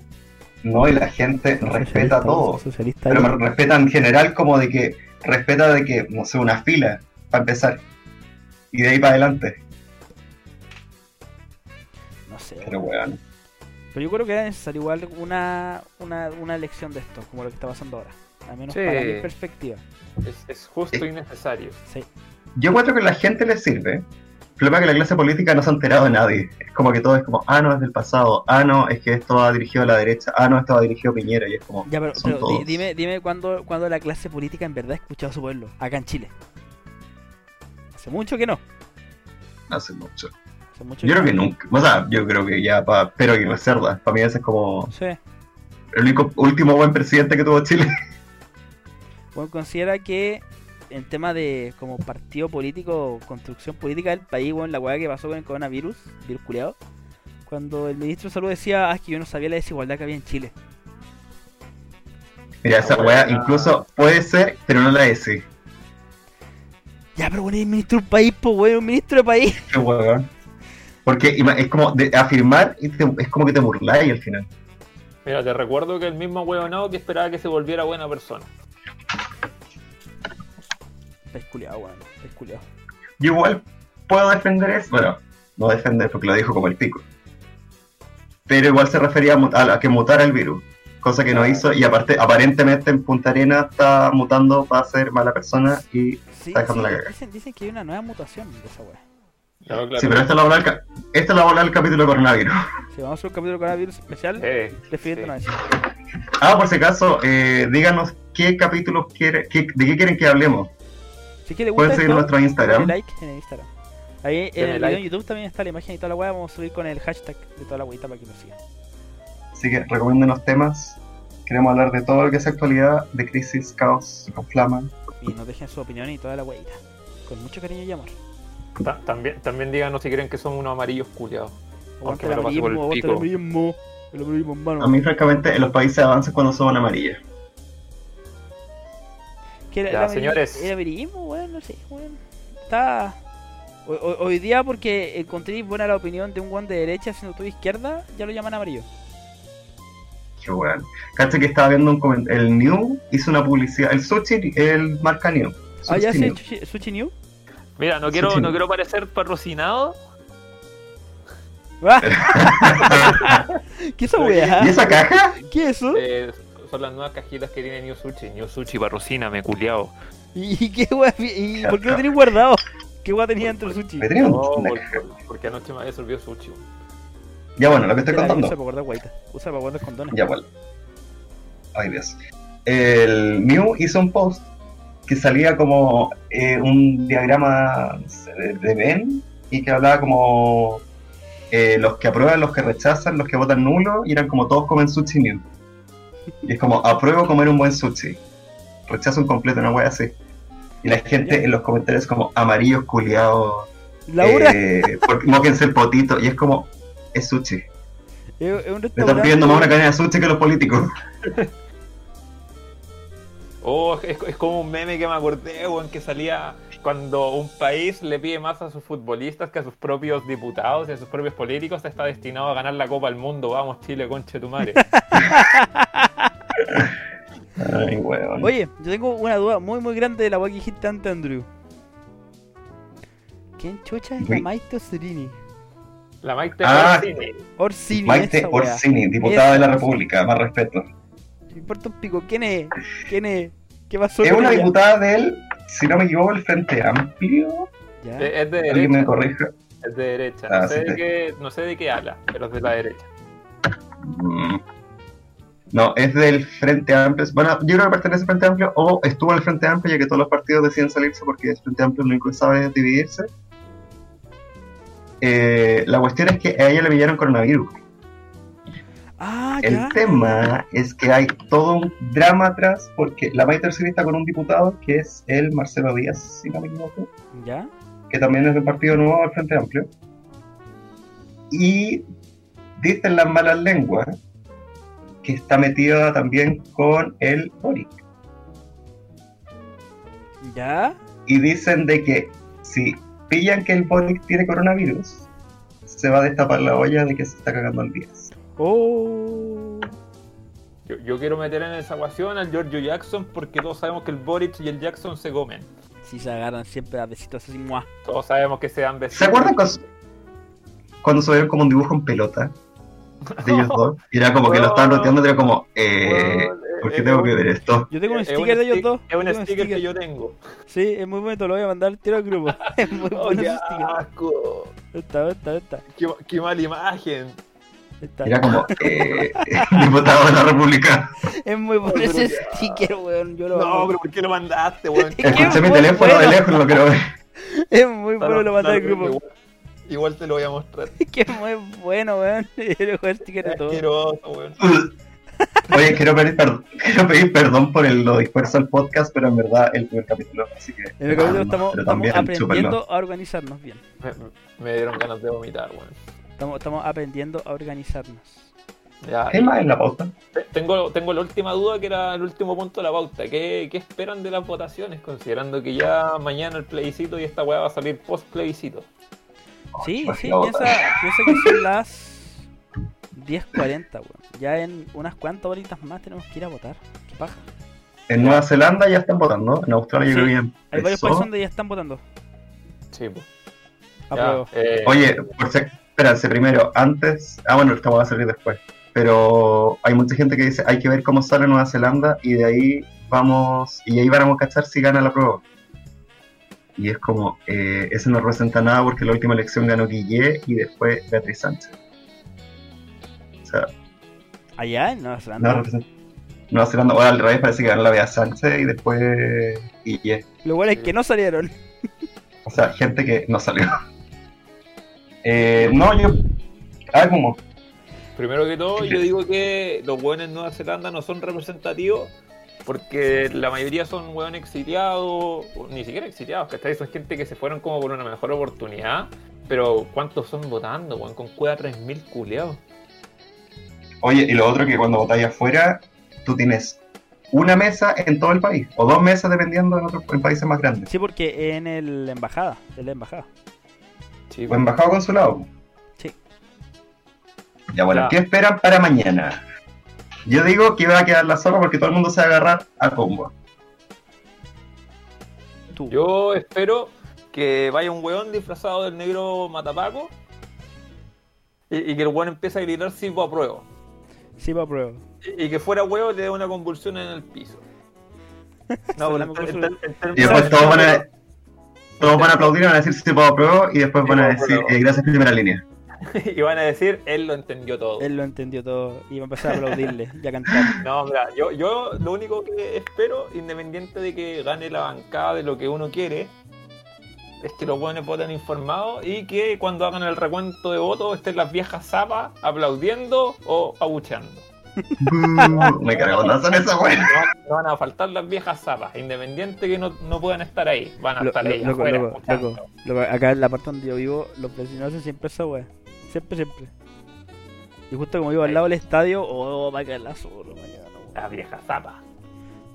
No, y la gente respeta todo.
Socialista.
Pero me respeta en general como de que respeta de que, no sé, una fila para empezar. Y de ahí para adelante.
No sé.
Pero weón.
Pero yo creo que era necesario igual una, una, una elección de esto, como lo que está pasando ahora. Al menos
Sí.
para mi perspectiva.
Es, es justo y necesario.
Sí.
Yo encuentro que a la gente le sirve. El problema es que la clase política no se ha enterado de nadie. Es como que todo es como, ah, no, es del pasado. Ah, no, es que esto va dirigido a la derecha. Ah, no, esto va dirigido a Piñera. Y es como,
Ya, pero,
son
pero di-
todos.
dime, dime cuándo, cuándo la clase política en verdad ha escuchado a su pueblo, acá en Chile. Hace mucho que no.
Hace mucho.
Hace mucho
Yo creo que nunca. O sea, yo creo que ya para Pedro Aguirre Cerda. Para mí ese es como
Sí.
el único último buen presidente que tuvo Chile. <laughs>
Bueno, considera que en tema de como partido político, construcción política del país, bueno, la hueá que pasó con el coronavirus, virus culiao, cuando el ministro de salud decía, ah, es que yo no sabía la desigualdad que había en Chile.
Mira, esa
Ah,
weá
bueno.
incluso puede ser, pero no la es. sí.
Ya, pero bueno, es ministro del país, <laughs> pues, weón, un ministro del país.
Qué weón. Porque ima- es como de afirmar y te- es como que te burláis al final.
Mira, te recuerdo que el mismo huevonado que esperaba que se volviera buena persona.
Estáis culiado, weón. Estáis culiado.
Yo igual puedo defender eso. Bueno, no defender porque lo dijo como el pico. Pero igual se refería a, mut- a la- que mutara el virus. Cosa que no hizo y aparte aparentemente en Punta Arena está mutando para ser mala persona y...
Sí,
Está dejando
sí,
la caga.
dicen, dicen que hay una nueva mutación de esa weá.
Claro, claro.
Sí, pero esta es la bola del, ca- esta es la bola del capítulo coronavirus. <laughs>
Si vamos a hacer un capítulo con virus especial,
Eh,
defienden
sí.
a eso.
Ah, por si acaso, eh, díganos qué capítulos quiere, qué- de qué quieren que hablemos.
Si quieren gusta
Pueden seguir
esto,
nuestro
denle
Instagram.
like en el Instagram. Ahí en
Denle
el video
like.
en YouTube también está la imagen y toda la weá. Vamos a subir con el hashtag de toda la weá para que nos sigan.
Así que recomiéndenos temas. Queremos hablar de todo lo que es actualidad, de crisis, caos, flama.
Y nos dejen su opinión y toda la weá. Con mucho cariño y amor.
ta- también, también díganos si creen que son unos amarillos culiados. Aunque
Aguanta el
me lo pasé por el
amarillismo, aguanta el
pico.
amarillismo. El amarillismo, hermano.
A mí, francamente, en los países avanzan cuando son amarillas.
Que era-
Ya,
era averi-
señores.
Era verismo, weón, no sé, weón. Está. Hoy, hoy- hoy día, porque encontré buena la opinión de un guan de derecha siendo tú de izquierda, ya lo llaman amarillo.
Qué weón. Cacha que estaba viendo un coment- El New hizo una publicidad. El Sushi, el marca New.
Ah, ya
Sushi
sé,
New.
Sushi- Sushi
<laughs>
New.
Mira, no quiero,
Sí, sí.
no quiero parecer patrocinado.
¿Qué es esa weá?
¿Y esa caja?
¿Qué es eso?
Eh, son las nuevas cajitas que tiene New Sushi. New Sushi, patrocíname, culiao.
¿Y y qué weá? ¿Y por qué lo tenéis guardado? ¿Qué weá tenía dentro el sushi?
Me tenía
No,
una
por-
caja.
Oh, por- porque anoche me había servido sushi.
Ya bueno, lo que estoy
Te la
contando.
Usa para guardar guaita. Usa para guardar condones.
Ya, bueno. Ay, Dios. El New hizo un post que salía como eh, un diagrama no sé, de- de Ben y que hablaba como eh, los que aprueban, los que rechazan, los que votan nulo y eran como todos comen sushi New. Y es como, apruebo comer un buen sushi. Rechazo un completo, una wea así. Y la gente en los comentarios como amarillos, culiados,
Laura
eh, por- móquense el potito. Y es como, es sushi.
es, es un
Le Eh, están
restaurante.
pidiendo más una cadena de sushi que los políticos.
Oh, es, es como un meme que me acordé, weón, que salía cuando un país le pide más a sus futbolistas que a sus propios diputados y a sus propios políticos, está destinado a ganar la Copa del Mundo. Vamos, Chile, conche tu
<laughs>
madre.
Ay, weón.
Oye, yo tengo una duda muy muy grande de la weá que dijiste antes, Andrew. ¿Quién chucha es la
Uy.
Maite Orsini?
La Maite
Ah,
Orsini.
Orsini,
Maite
esa weá.
Orsini, diputada de la
Esa.
República, más respeto.
Me importa un pico, ¿quién es? ¿Quién es? ¿Qué pasó?
Es
con
una
ella?
diputada del, si no me equivoco, el Frente Amplio.
Ya.
Eh, Es de
Alguien me
derecha.
corrija.
Es de derecha.
Ah,
No sé
sí,
de
sí.
qué, no sé de qué habla, pero es de la derecha.
Mm. No, es del Frente Amplio. Bueno, yo creo que pertenece al Frente Amplio o estuvo en el Frente Amplio, ya que todos los partidos deciden salirse porque el Frente Amplio lo único que sabe es dividirse. Eh, la cuestión es que a ella le pillaron coronavirus.
Ah,
El
ya.
tema es que hay todo un drama atrás porque la Maite Orsini está con un diputado que es el Marcelo Díaz, si no me equivoco.
Ya.
que también es del Partido Nuevo del Frente Amplio. Y dicen las malas lenguas que está metida también con el Boric.
Ya.
Y dicen de que si pillan que el Boric tiene coronavirus, se va a destapar la olla de que se está cagando el 10.
Oh.
Yo, yo quiero meter en esa ecuación al Giorgio Jackson porque todos sabemos que el Boric y el Jackson se comen.
Si se agarran siempre a besitos así, muah.
Todos sabemos que se dan besitos.
¿Se acuerdan cuando, cuando subieron como un dibujo en pelota de
<laughs>
ellos dos? Y era como que lo estaban roteando, y era como, eh,
Weón,
¿por
es-
qué
es
tengo
un-
que ver esto?
Yo tengo un
es un
sticker de ellos
stick-
dos.
Es un
Tengo
sticker, que yo tengo.
Sí, es muy bonito, lo voy a mandar tiro
<laughs>
al grupo. es muy <laughs>
Oh,
bueno
qué
ese sticker.
asco.
Está, está, está.
Qué, qué mala imagen.
está. <laughs>
Era como, eh, <laughs> diputado de la República.
Es muy bueno
Oh, pero
ese
ya.
sticker, weón. Yo lo
No,
amo.
pero ¿por qué lo mandaste,
<laughs>
weón?
Es que-
Escuché mi
muy
teléfono de
bueno.
lejos, lo quiero ver. <laughs>
Es muy bueno,
Claro,
lo mandé al
claro,
grupo.
Igual, igual te lo voy a mostrar.
Es que es muy bueno, weón. <laughs> Yo le juego el sticker de todo.
Asqueroso, weón.
Oye, quiero pedir, perdón, quiero pedir perdón por el, lo disperso al podcast, pero en verdad el primer capítulo, así que...
En el capítulo
Ah,
estamos,
pero
estamos
también, chúpenlo.
aprendiendo a organizarnos bien.
Me, me dieron ganas de vomitar, weón.
Estamos, estamos aprendiendo a organizarnos.
Ya,
¿Qué más en la pauta?
te- tengo, tengo la última duda que era el último punto de la pauta. ¿Qué, qué esperan de las votaciones? Considerando que ya mañana el plebiscito y esta weá va a salir post plebiscito.
Sí,
Pues
sí,
la
piensa,
otra.
piensa que son las 10.40, weón. Ya en unas cuantas horitas más tenemos que ir a votar. Qué paja.
En Nueva Zelanda ya están votando, en Australia
Sí.
yo creo que ya
Hay varios
empezó.
países donde ya están votando.
Sí, pues.
Apruebo.
Ya, eh,
Oye, por si- espérense primero, antes, ah bueno, esta va a salir después, pero hay mucha gente que dice, hay que ver cómo sale Nueva Zelanda y de ahí vamos, y ahí vamos a cachar si gana la prueba. Y es como, eh, eso no representa nada porque la última elección ganó Guille y después Beatriz Sánchez. O sea,
Allá en Nueva
no
Zelanda.
representa... Nueva Zelanda, ahora al revés parece que ganó la Bea Sánchez y después Guille.
Lo bueno es que no salieron. <laughs>
O sea, gente que no salió. <laughs> Eh, no, yo... Ah, como...
Primero que todo, yo digo que los hueones en Nueva Zelanda no son representativos porque la mayoría son hueones exiliados, o ni siquiera exiliados, ¿cachai? Son gente que se fueron como por una mejor oportunidad, pero ¿cuántos son votando, hueón? Con cueva 3.000 culeados.
Oye, y lo otro que cuando votáis afuera, tú tienes una mesa en todo el país, o dos mesas dependiendo en otros en países más grandes.
Sí, porque en el la embajada. En la embajada.
Sí,
O embajado o consulado.
Sí.
Ya bueno,
Ya.
¿qué esperan para mañana? Yo digo que va a quedar la sola porque todo el mundo se va a agarrar a combo.
Tú.
Yo espero que vaya un weón disfrazado del negro matapaco y, y que el weón empiece a gritar si a prueba.
Sí, pues, va a prueba.
Y, y que fuera huevo le dé una convulsión en el piso. <laughs> No, pero
Eso no
en-
me
en-
ocurre.
en- en-
Y después
en-
todos van a, todos van a aplaudir y van a decir si puedo apruebo, y después
Sí,
van a
puedo
decir
apruebo.
eh, gracias
<laughs>
primera línea.
y van a decir, él lo entendió todo.
Él lo entendió todo y va a empezar a aplaudirle y a cantar.
No, mira, yo, yo lo único que espero, independiente de que gane la bancada de lo que uno quiere, es que los buenos voten informados y que cuando hagan el recuento de votos estén las viejas zapas aplaudiendo o abucheando.
Bú, Me cargo cuando hacen esa
No
weá.
van- no van a faltar las viejas zapas, independiente que no, no puedan estar ahí, van a
Lo-
estar
lo-
Ah, ahí
loco,
afuera.
loco,
escuchando.
loco, loco. Acá en la parte donde yo vivo, los vecinos hacen siempre esa wea. Siempre, siempre. Y justo como vivo al lado del estadio, oh, va a caer la solo mañana. weón.
Las viejas zapas.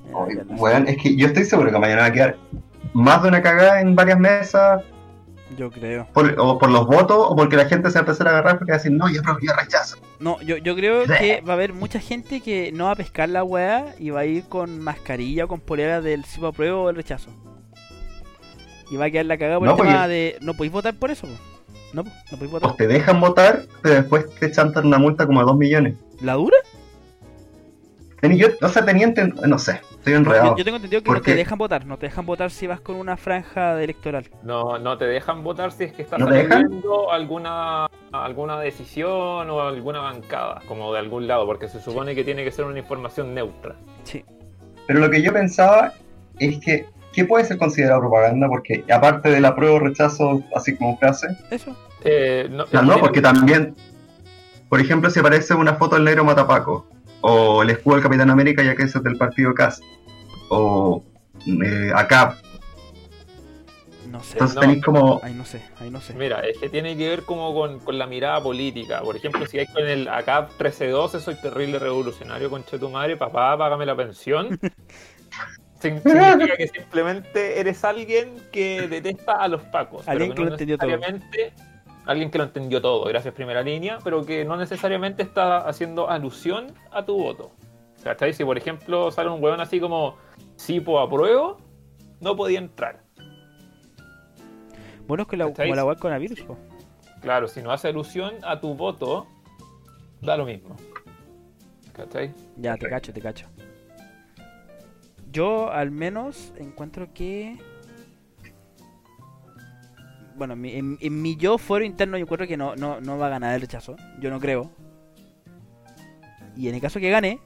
Eh, va a
Ay,
caer la
weón, es que yo estoy seguro que mañana va a quedar más de una cagada en varias mesas,
sola. Yo creo.
por- o por los votos, o porque la gente se va a empezar a agarrar porque va a decir, no, yo, apruebo, yo rechazo.
No, yo, yo creo que va a haber mucha gente que no va a pescar la wea y va a ir con mascarilla o con polera del si va a prueba o el rechazo. Y va a quedar la cagada por
No, pues,
el tema
porque-
de. No podéis votar por eso, po. No, po, no podéis votar.
O Pues te dejan votar, pero después te chantan una multa como de 2 millones.
¿La dura?
Tení- yo, o sea, tenía enten- no sé, estoy enredado.
Yo, yo tengo entendido que
¿Por
no te
qué?
dejan votar. No te dejan votar si vas con una franja de electoral.
No, no te dejan votar si es que estás
¿No te dejan?
saliendo alguna, alguna decisión o alguna bancada, como de algún lado, porque se supone que tiene que ser una información neutra.
Sí.
Pero lo que yo pensaba es que, ¿qué puede ser considerado propaganda? Porque aparte del apruebo rechazo, así como frase,
Eso.
Eh, no,
no, no, porque también, por ejemplo, si aparece una foto del negro Matapaco, o el escudo del Capitán América, ya que ese es del partido CAS, o eh, ACAP,
No sé.
Entonces
No.
tenéis como.
Ahí no sé, ahí no sé.
Mira, es que tiene que ver como con, con la mirada política. Por ejemplo, si hay con el ACAP 1312, soy terrible revolucionario, conche tu madre, papá, págame la
<laughs>
pensión. Sin- Significa que simplemente eres alguien que detesta a los pacos.
Alguien que
no
lo entendió todo.
necesariamente- Alguien que lo entendió todo, gracias primera línea, pero que no necesariamente está haciendo alusión a tu voto. ¿Cachai? Si por ejemplo sale un huevón así como, si po apruebo, no podía entrar.
Bueno, es que la,
¿Cachai?
como la web coronavirus, po.
Claro, si no hace alusión a tu voto, da lo mismo. ¿Cachai?
Ya, te cacho, te cacho. Yo al menos encuentro que. Bueno, en mi- en, en mi yo fuero interno, yo encuentro que no, no, no va a ganar el rechazo. Yo no creo. Y en el caso que gane,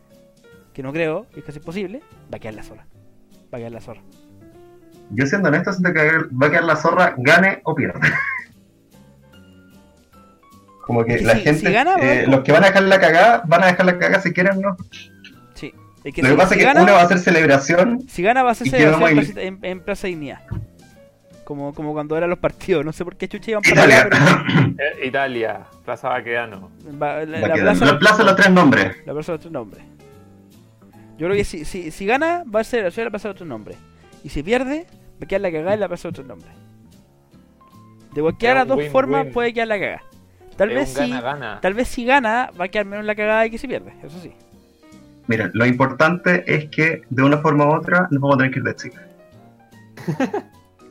que no creo, y es casi imposible, va a quedar la zorra. Va a quedar la zorra.
Yo siendo honesto, siento que va a quedar la zorra, gane o pierda. Como que
Sí,
la
sí,
gente,
si gana, va.
eh, los que van a dejar la cagada, van a dejar la cagada si quieren o no.
Sí. Es que
Lo
si,
que pasa
si
es que
gana,
una va a hacer celebración.
si gana, va a ser
y
celebración
quedamos
en, Plaza- en, en Plaza Dignidad. Como, como cuando eran los partidos. <laughs> No sé por qué chucha iban para allá,
Italia. <laughs>
pero
Eh, Italia, Plaza Baquedano.
va- la-
Va a
la
quedar.
plaza-
La plaza de los tres nombres.
La plaza de otro nombre. Yo creo que si, si, si gana, va a ser la plaza de otro nombre. Y si pierde, va a quedar la cagada en la plaza de otro nombre. De cualquiera de las
Es
dos
un win-win.
formas puede quedar la cagada. Tal
Es
vez
un
si
gana-gana.
tal vez si gana va a quedar menos la cagada y que si pierde, eso sí.
Mira, lo importante es que de una forma u otra nos vamos a tener que ir de Chile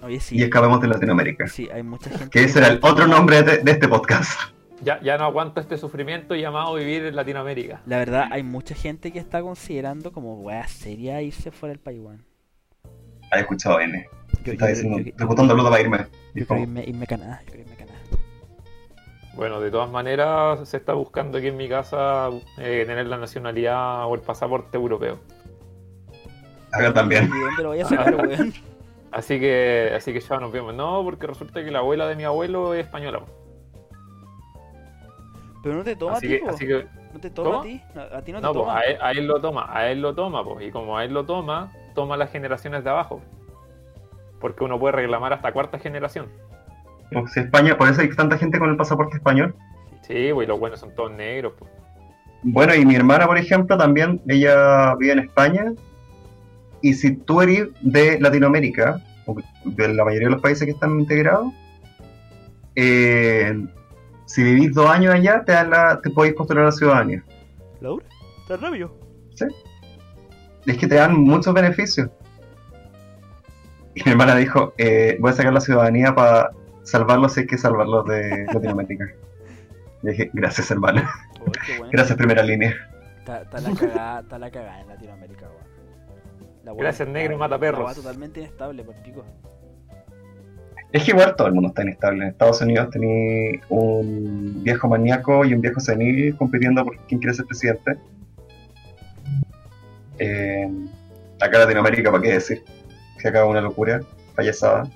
Oye,
y
sí.
escapemos de Latinoamérica.
Sí, hay mucha gente.
Que ese era el otro nombre de, de este podcast. <laughs>
Ya, ya no aguanto este sufrimiento llamado vivir en Latinoamérica.
La verdad, hay mucha gente que está considerando como wea seria irse fuera del país, weón.
Ha escuchado N.
Yo,
Está
yo-
diciendo,
yo- yo-
estoy botando Bluetooth para irme. Y
yo creo
como,
irme, irme a Canadá, yo creo irme a Canadá.
Bueno, de todas maneras, se está buscando aquí en mi casa eh, tener la nacionalidad o el pasaporte europeo.
acá también. <laughs>
¿Y dónde lo voy
<laughs>
a sacar, weón?
Así que, así que ya nos vemos. No, porque resulta que la abuela de mi abuelo es española.
Pero no te toma
Así
a ti,
que,
po.
así que
No te toma
¿Cómo?
a ti. No, a ti no te
no, pues,
toma.
a, él, a él lo toma, a él lo toma, pues. Y como a él lo toma, toma las generaciones de abajo. Porque uno puede reclamar hasta cuarta generación.
Pues, si España, por eso hay tanta gente con el pasaporte español.
Sí, pues, y los buenos son todos negros, pues.
Bueno, y mi hermana, por ejemplo, también, ella vive en España. Y si tú eres de Latinoamérica, o de la mayoría de los países que están integrados, eh, si vivís dos años allá, te, dan la, te podéis postular a la ciudadanía.
¿Laura? ¿Estás rabio?
Es que te dan muchos beneficios. Y mi hermana dijo, eh, voy a sacar la ciudadanía para salvarlos si hay que salvarlos de Latinoamérica. Y dije, gracias hermana,
Oh, qué bueno.
gracias primera línea.
Está, está la cagada, está la cagada en Latinoamérica, weón. La weá
Gracias, negro,
inestable,
mata
la
perros.
weá totalmente inestable, por pico.
Es que igual todo el mundo está inestable. En Estados Unidos tenía un viejo maníaco y un viejo senil compitiendo por quién quiere ser presidente. Eh, acá en Latinoamérica, ¿para qué decir? Que acá es una locura, payasada.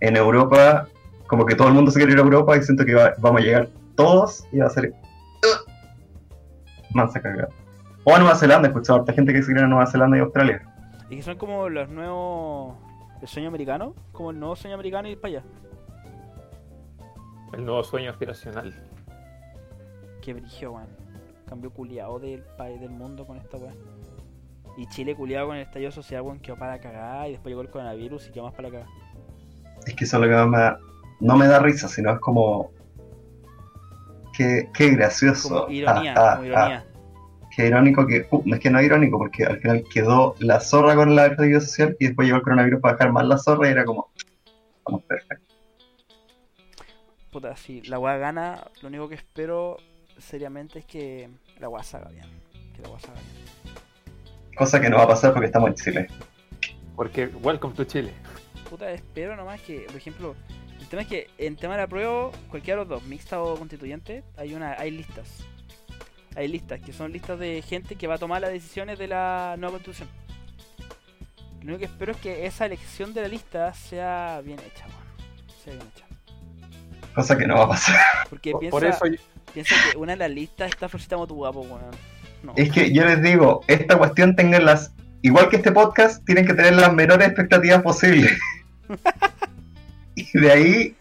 En Europa, como que todo el mundo se quiere ir a Europa y siento que va- vamos a llegar todos y va a ser... Mansa cagada. O a Nueva Zelanda, he escuchado a harta gente que se quiere ir a Nueva Zelanda y Australia.
Y que son como los nuevos. El sueño americano, como el nuevo sueño americano ir para allá.
El nuevo sueño aspiracional.
Qué brillo, weón. Cambio culiado del país del mundo con esta weá. Y Chile culiado con el estallido social, weón, quedó para cagar. Y después llegó el coronavirus y quedó más para la cagada.
Es que eso es lo que más me da- no me da risa, sino es como. Qué, qué gracioso.
Como ironía,
Ah, ah,
como ironía.
ah. Qué irónico que. uh, no es que no es irónico, porque al final quedó la zorra con la vida social y después llegó el coronavirus para dejar más la zorra y era como. Vamos, perfecto.
Puta, si la weá gana, lo único que espero seriamente es que la weá salga bien. Que la weá salga bien.
Cosa que no va a pasar porque estamos en Chile.
Porque, welcome to Chile.
Puta, espero nomás que, por ejemplo, el tema es que en tema de la prueba, cualquiera de los dos, mixta o constituyente, hay una, hay listas. Hay listas, que son listas de gente que va a tomar las decisiones de la nueva constitución. Lo único que espero es que esa elección de la lista sea bien hecha, weón. Sea bien hecha.
Cosa que no va a pasar. <laughs>
Porque
Por-
piensa,
Por eso
piensa que una de las listas está Florcita Motúa, po, weón. No.
Es que yo les digo, esta cuestión tengan las. Igual que este podcast, tienen que tener las menores expectativas posibles. <laughs> y de ahí,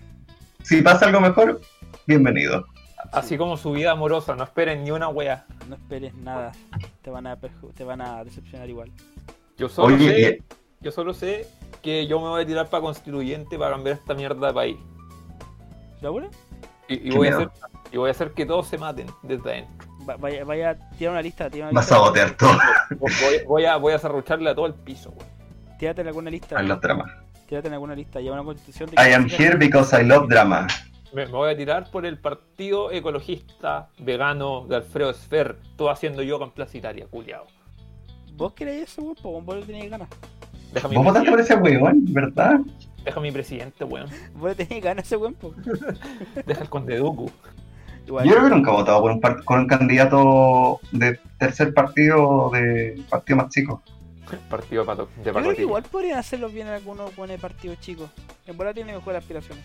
si pasa algo mejor, bienvenido.
Así como su vida amorosa, no esperen ni una wea.
No esperes nada. Te van a, perju- te van a decepcionar igual.
Yo solo,
Oye, eh.
sé, yo solo sé que yo me voy a tirar para constituyente para cambiar esta mierda de país.
¿La buena?
Y, y
Qué
voy, a
miedo.
hacer, y voy a hacer que todos se maten desde adentro.
Va- vaya, vaya, tira una lista, tira una
Vas a
lista.
sabotear todo <laughs>
Voy, voy a, voy a cerrucharle a todo el piso, güey.
Tírate en alguna lista.
a los dramas.
Tírate en alguna lista. Lleva una constitución de
I am here because I love drama.
Me, me voy a tirar por el partido ecologista vegano de Alfredo Sfer, todo haciendo yoga en Plaza Italia, culiao.
Vos querés eso, weón, po, vos le tenéis ganas.
Deja mi,
Vos votaste por
presidente,
ese huevón, ¿verdad?
deja mi presidente, weón.
Vos le tenéis ganas a ese weón, po.
Deja el conde Duku. <laughs>
Igual,
Yo creo que nunca he votado por un, par- con un candidato de tercer partido o de partido más chico.
Partido de pato- de
yo creo que
pacotilla.
igual podrían hacerlo bien en algunos buenos partidos chicos. En bola tiene mejores aspiraciones.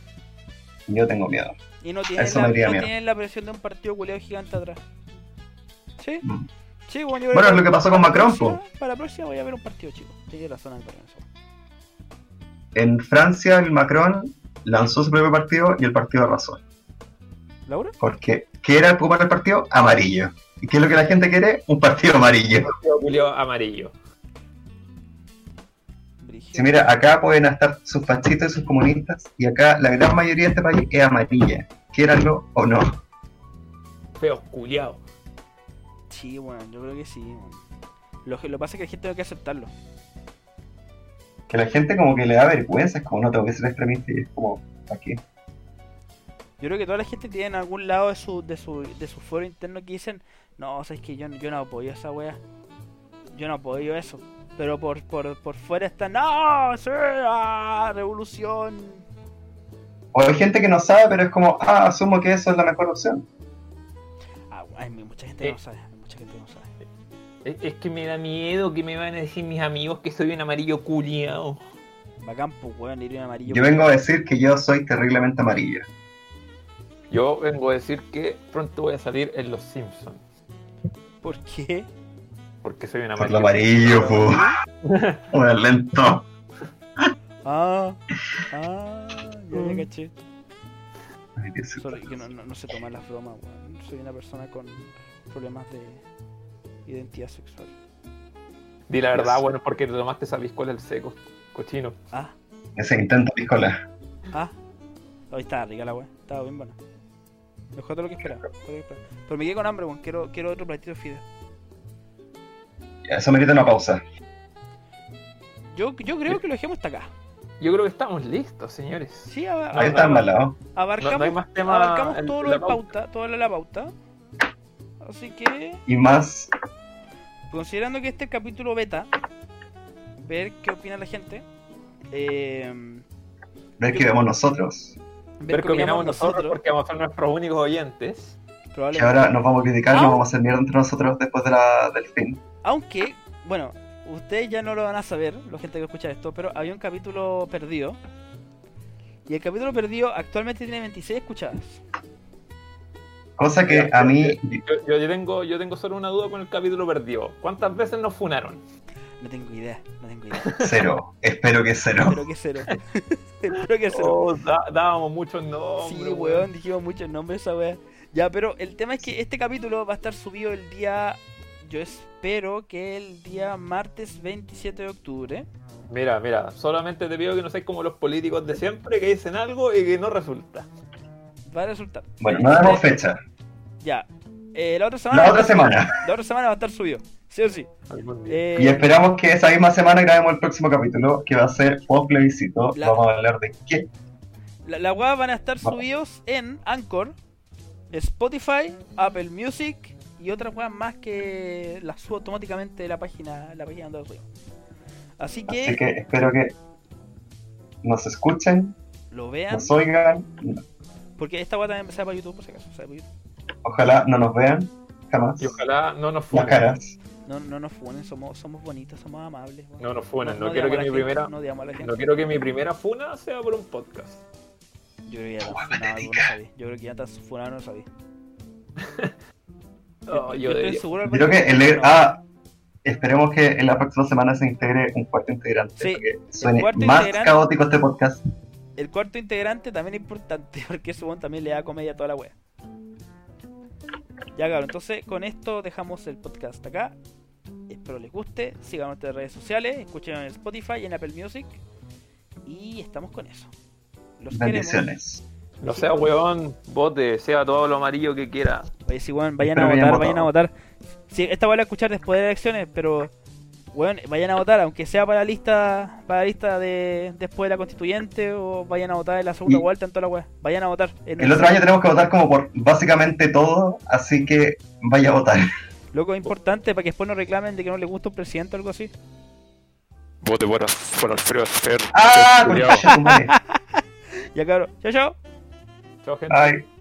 Yo tengo miedo.
Y no tienen,
Eso
la,
me haría
no
miedo.
tienen la presión de un partido culeado gigante atrás. ¿Sí?
Mm.
Sí, bueno, yo creo
Bueno, es lo que pasó con
para la
Macron, po.
próxima- Para la próxima voy a ver un partido chico. Tiene razón, Alberto. en eso.
En Francia, el Macron lanzó su propio partido y el partido arrasó.
¿Laura?
Porque, ¿qué era ocupar el partido? Amarillo. ¿Y qué es lo que la gente quiere? Un partido amarillo.
Partido culiao amarillo.
Brigio.
Si mira, acá pueden estar sus fascistas y sus comunistas, y acá la gran mayoría de este país es amarilla, quieranlo o no.
Feos culiados.
Sí, bueno, yo creo que sí. weón. Lo que lo que pasa es que la gente no que aceptarlo.
Que la gente como que le da vergüenza, es como no tengo que ser extremista, y es como, ¿para qué?
Yo creo que toda la gente tiene en algún lado de su, de su, de su foro interno que dicen, no, o sea, es que yo, yo no apoyo esa wea. Yo no apoyo eso. Pero por, por, por fuera está, no, sí, ah, revolución.
O hay gente que no sabe, pero es como, ah, asumo que eso es la mejor opción.
Ah, hay mucha gente que no
Eh.
sabe, hay mucha gente que no sabe.
Es, es que me da miedo que me van a decir mis amigos que soy un amarillo culiao.
Bacán, pues, weón, ir en amarillo.
Yo vengo a decir que yo soy terriblemente amarilla.
Yo vengo a decir que pronto voy a salir en Los Simpsons.
¿Por qué?
Porque soy un
Por
amarillo.
Pues lo amarillo, po. <laughs> Bueno, lento.
Ah, ah, ya, ya caché.
Ay, Dios.
Sorry, que no, no, no sé tomar las bromas, weón. Soy una persona con problemas de identidad sexual.
Di la verdad, bueno, es porque te tomaste esa piscola el seco. Cochino.
Ah,
Ese intento, piscola.
ah. Hoy estaba rica la weá, estaba bien buena. Mejor de lo que esperaba. mejor de lo que esperaba. Pero me quedé con hambre, weón. Quiero, quiero otro platito de fideo.
Eso merita una pausa.
Yo, yo creo que lo dejemos hasta acá.
Yo creo que estamos listos, señores.
Sí, a- a-
Ahí está embalado.
abarcamos,
No- no hay más tema
abarcamos
en
todo lo
la
de pauta, toda la, la pauta. Así que,
Y más,
considerando que este es el capítulo beta, ver qué opina la gente. Eh,
ver qué vemos nosotros.
Ver qué opinamos nosotros porque vamos a ser nuestros únicos oyentes.
Que
probablemente.
ahora nos vamos a criticar,
Ah.
nos vamos a hacer mierda entre nosotros después de la, del fin.
Aunque, bueno, ustedes ya no lo van a saber, la gente que escucha esto, pero había un capítulo perdido. Y el capítulo perdido actualmente tiene 26 escuchadas.
Cosa que a
eh,
mí,
Yo, yo- yo tengo, yo tengo solo una duda con el capítulo perdido. ¿Cuántas veces nos funaron?
No tengo idea, no tengo idea.
<laughs> cero. Espero que cero.
Espero que cero. <laughs> Espero que cero.
Oh, da- dábamos muchos
Oh,
nombres.
sí, weón, dijimos muchos nombres esa wea. Ya, pero el tema es que este capítulo va a estar subido el día. Yo espero que el día martes 27 de octubre.
Mira, mira, solamente te pido que no seas como los políticos de siempre que dicen algo y que no resulta.
Va a resultar. Eh,
Bueno, no damos fecha.
Ya. Eh, la otra semana.
La otra semana.
La otra semana va a estar subido. Sí o sí.
Algún día.
Eh,
Y esperamos que esa misma semana grabemos el próximo capítulo, que va a ser post plebiscito.
La-
Vamos a hablar de qué.
La, la weá van a estar
Vamos.
subidos en Anchor, Spotify, Apple Music y otras weas más que las subo automáticamente de la página, la página donde lo subo. Así que,
Así que espero que nos escuchen,
lo vean,
nos oigan,
porque esta wea también sale para YouTube, por si acaso. sale para YouTube.
ojalá no nos vean jamás.
Y ojalá no nos
Las
funen.
caras.
No, no nos funen, somos, somos bonitos, somos amables. weón.
No nos funen. No,
odiamos
quiero
a
que
la
mi
gente,
primera,
No odiamos a la gente.
no quiero que mi primera funa sea por un podcast.
Yo creo que ya te has funado, tú no sabías. Yo creo que ya te has funado, no sabía.
Oh, yo
estoy
debería-
seguro.
Yo creo que el
Alberto,
ah, esperemos que en la próxima semana se integre un cuarto integrante.
Sí,
que suene
cuarto
más
integrante-
caótico este podcast.
El cuarto integrante también es importante <laughs> porque ese weón también le da comedia a toda la wea. Ya cabrón, entonces con esto dejamos el podcast acá. Espero les guste. Sigan nuestras redes sociales, escuchen en Spotify y en Apple Music. Y estamos con eso. Los queremos.
Bendiciones.
No sea weón, vote, sea todo lo amarillo que quiera.
Oye, sí, weón, vayan a
Espero que
votar,
hayan
vayan a votar. Sí, esta voy a escuchar después de las elecciones, pero weón, vayan a votar, aunque sea para la lista, para la lista de después de la constituyente, o vayan a votar en la segunda
Y-
vuelta en toda la wea. Vayan a votar. En
El otro año tenemos que votar como por básicamente todo, así que vaya
<laughs>
a votar.
Loco, es importante para que después no reclamen de que no les gusta un presidente o algo así.
Vote por, por Alfredo Fer.
¡Ah! concha tu madre.
Ya cabrón. Chao, chao.
Chao, gente.
Ay.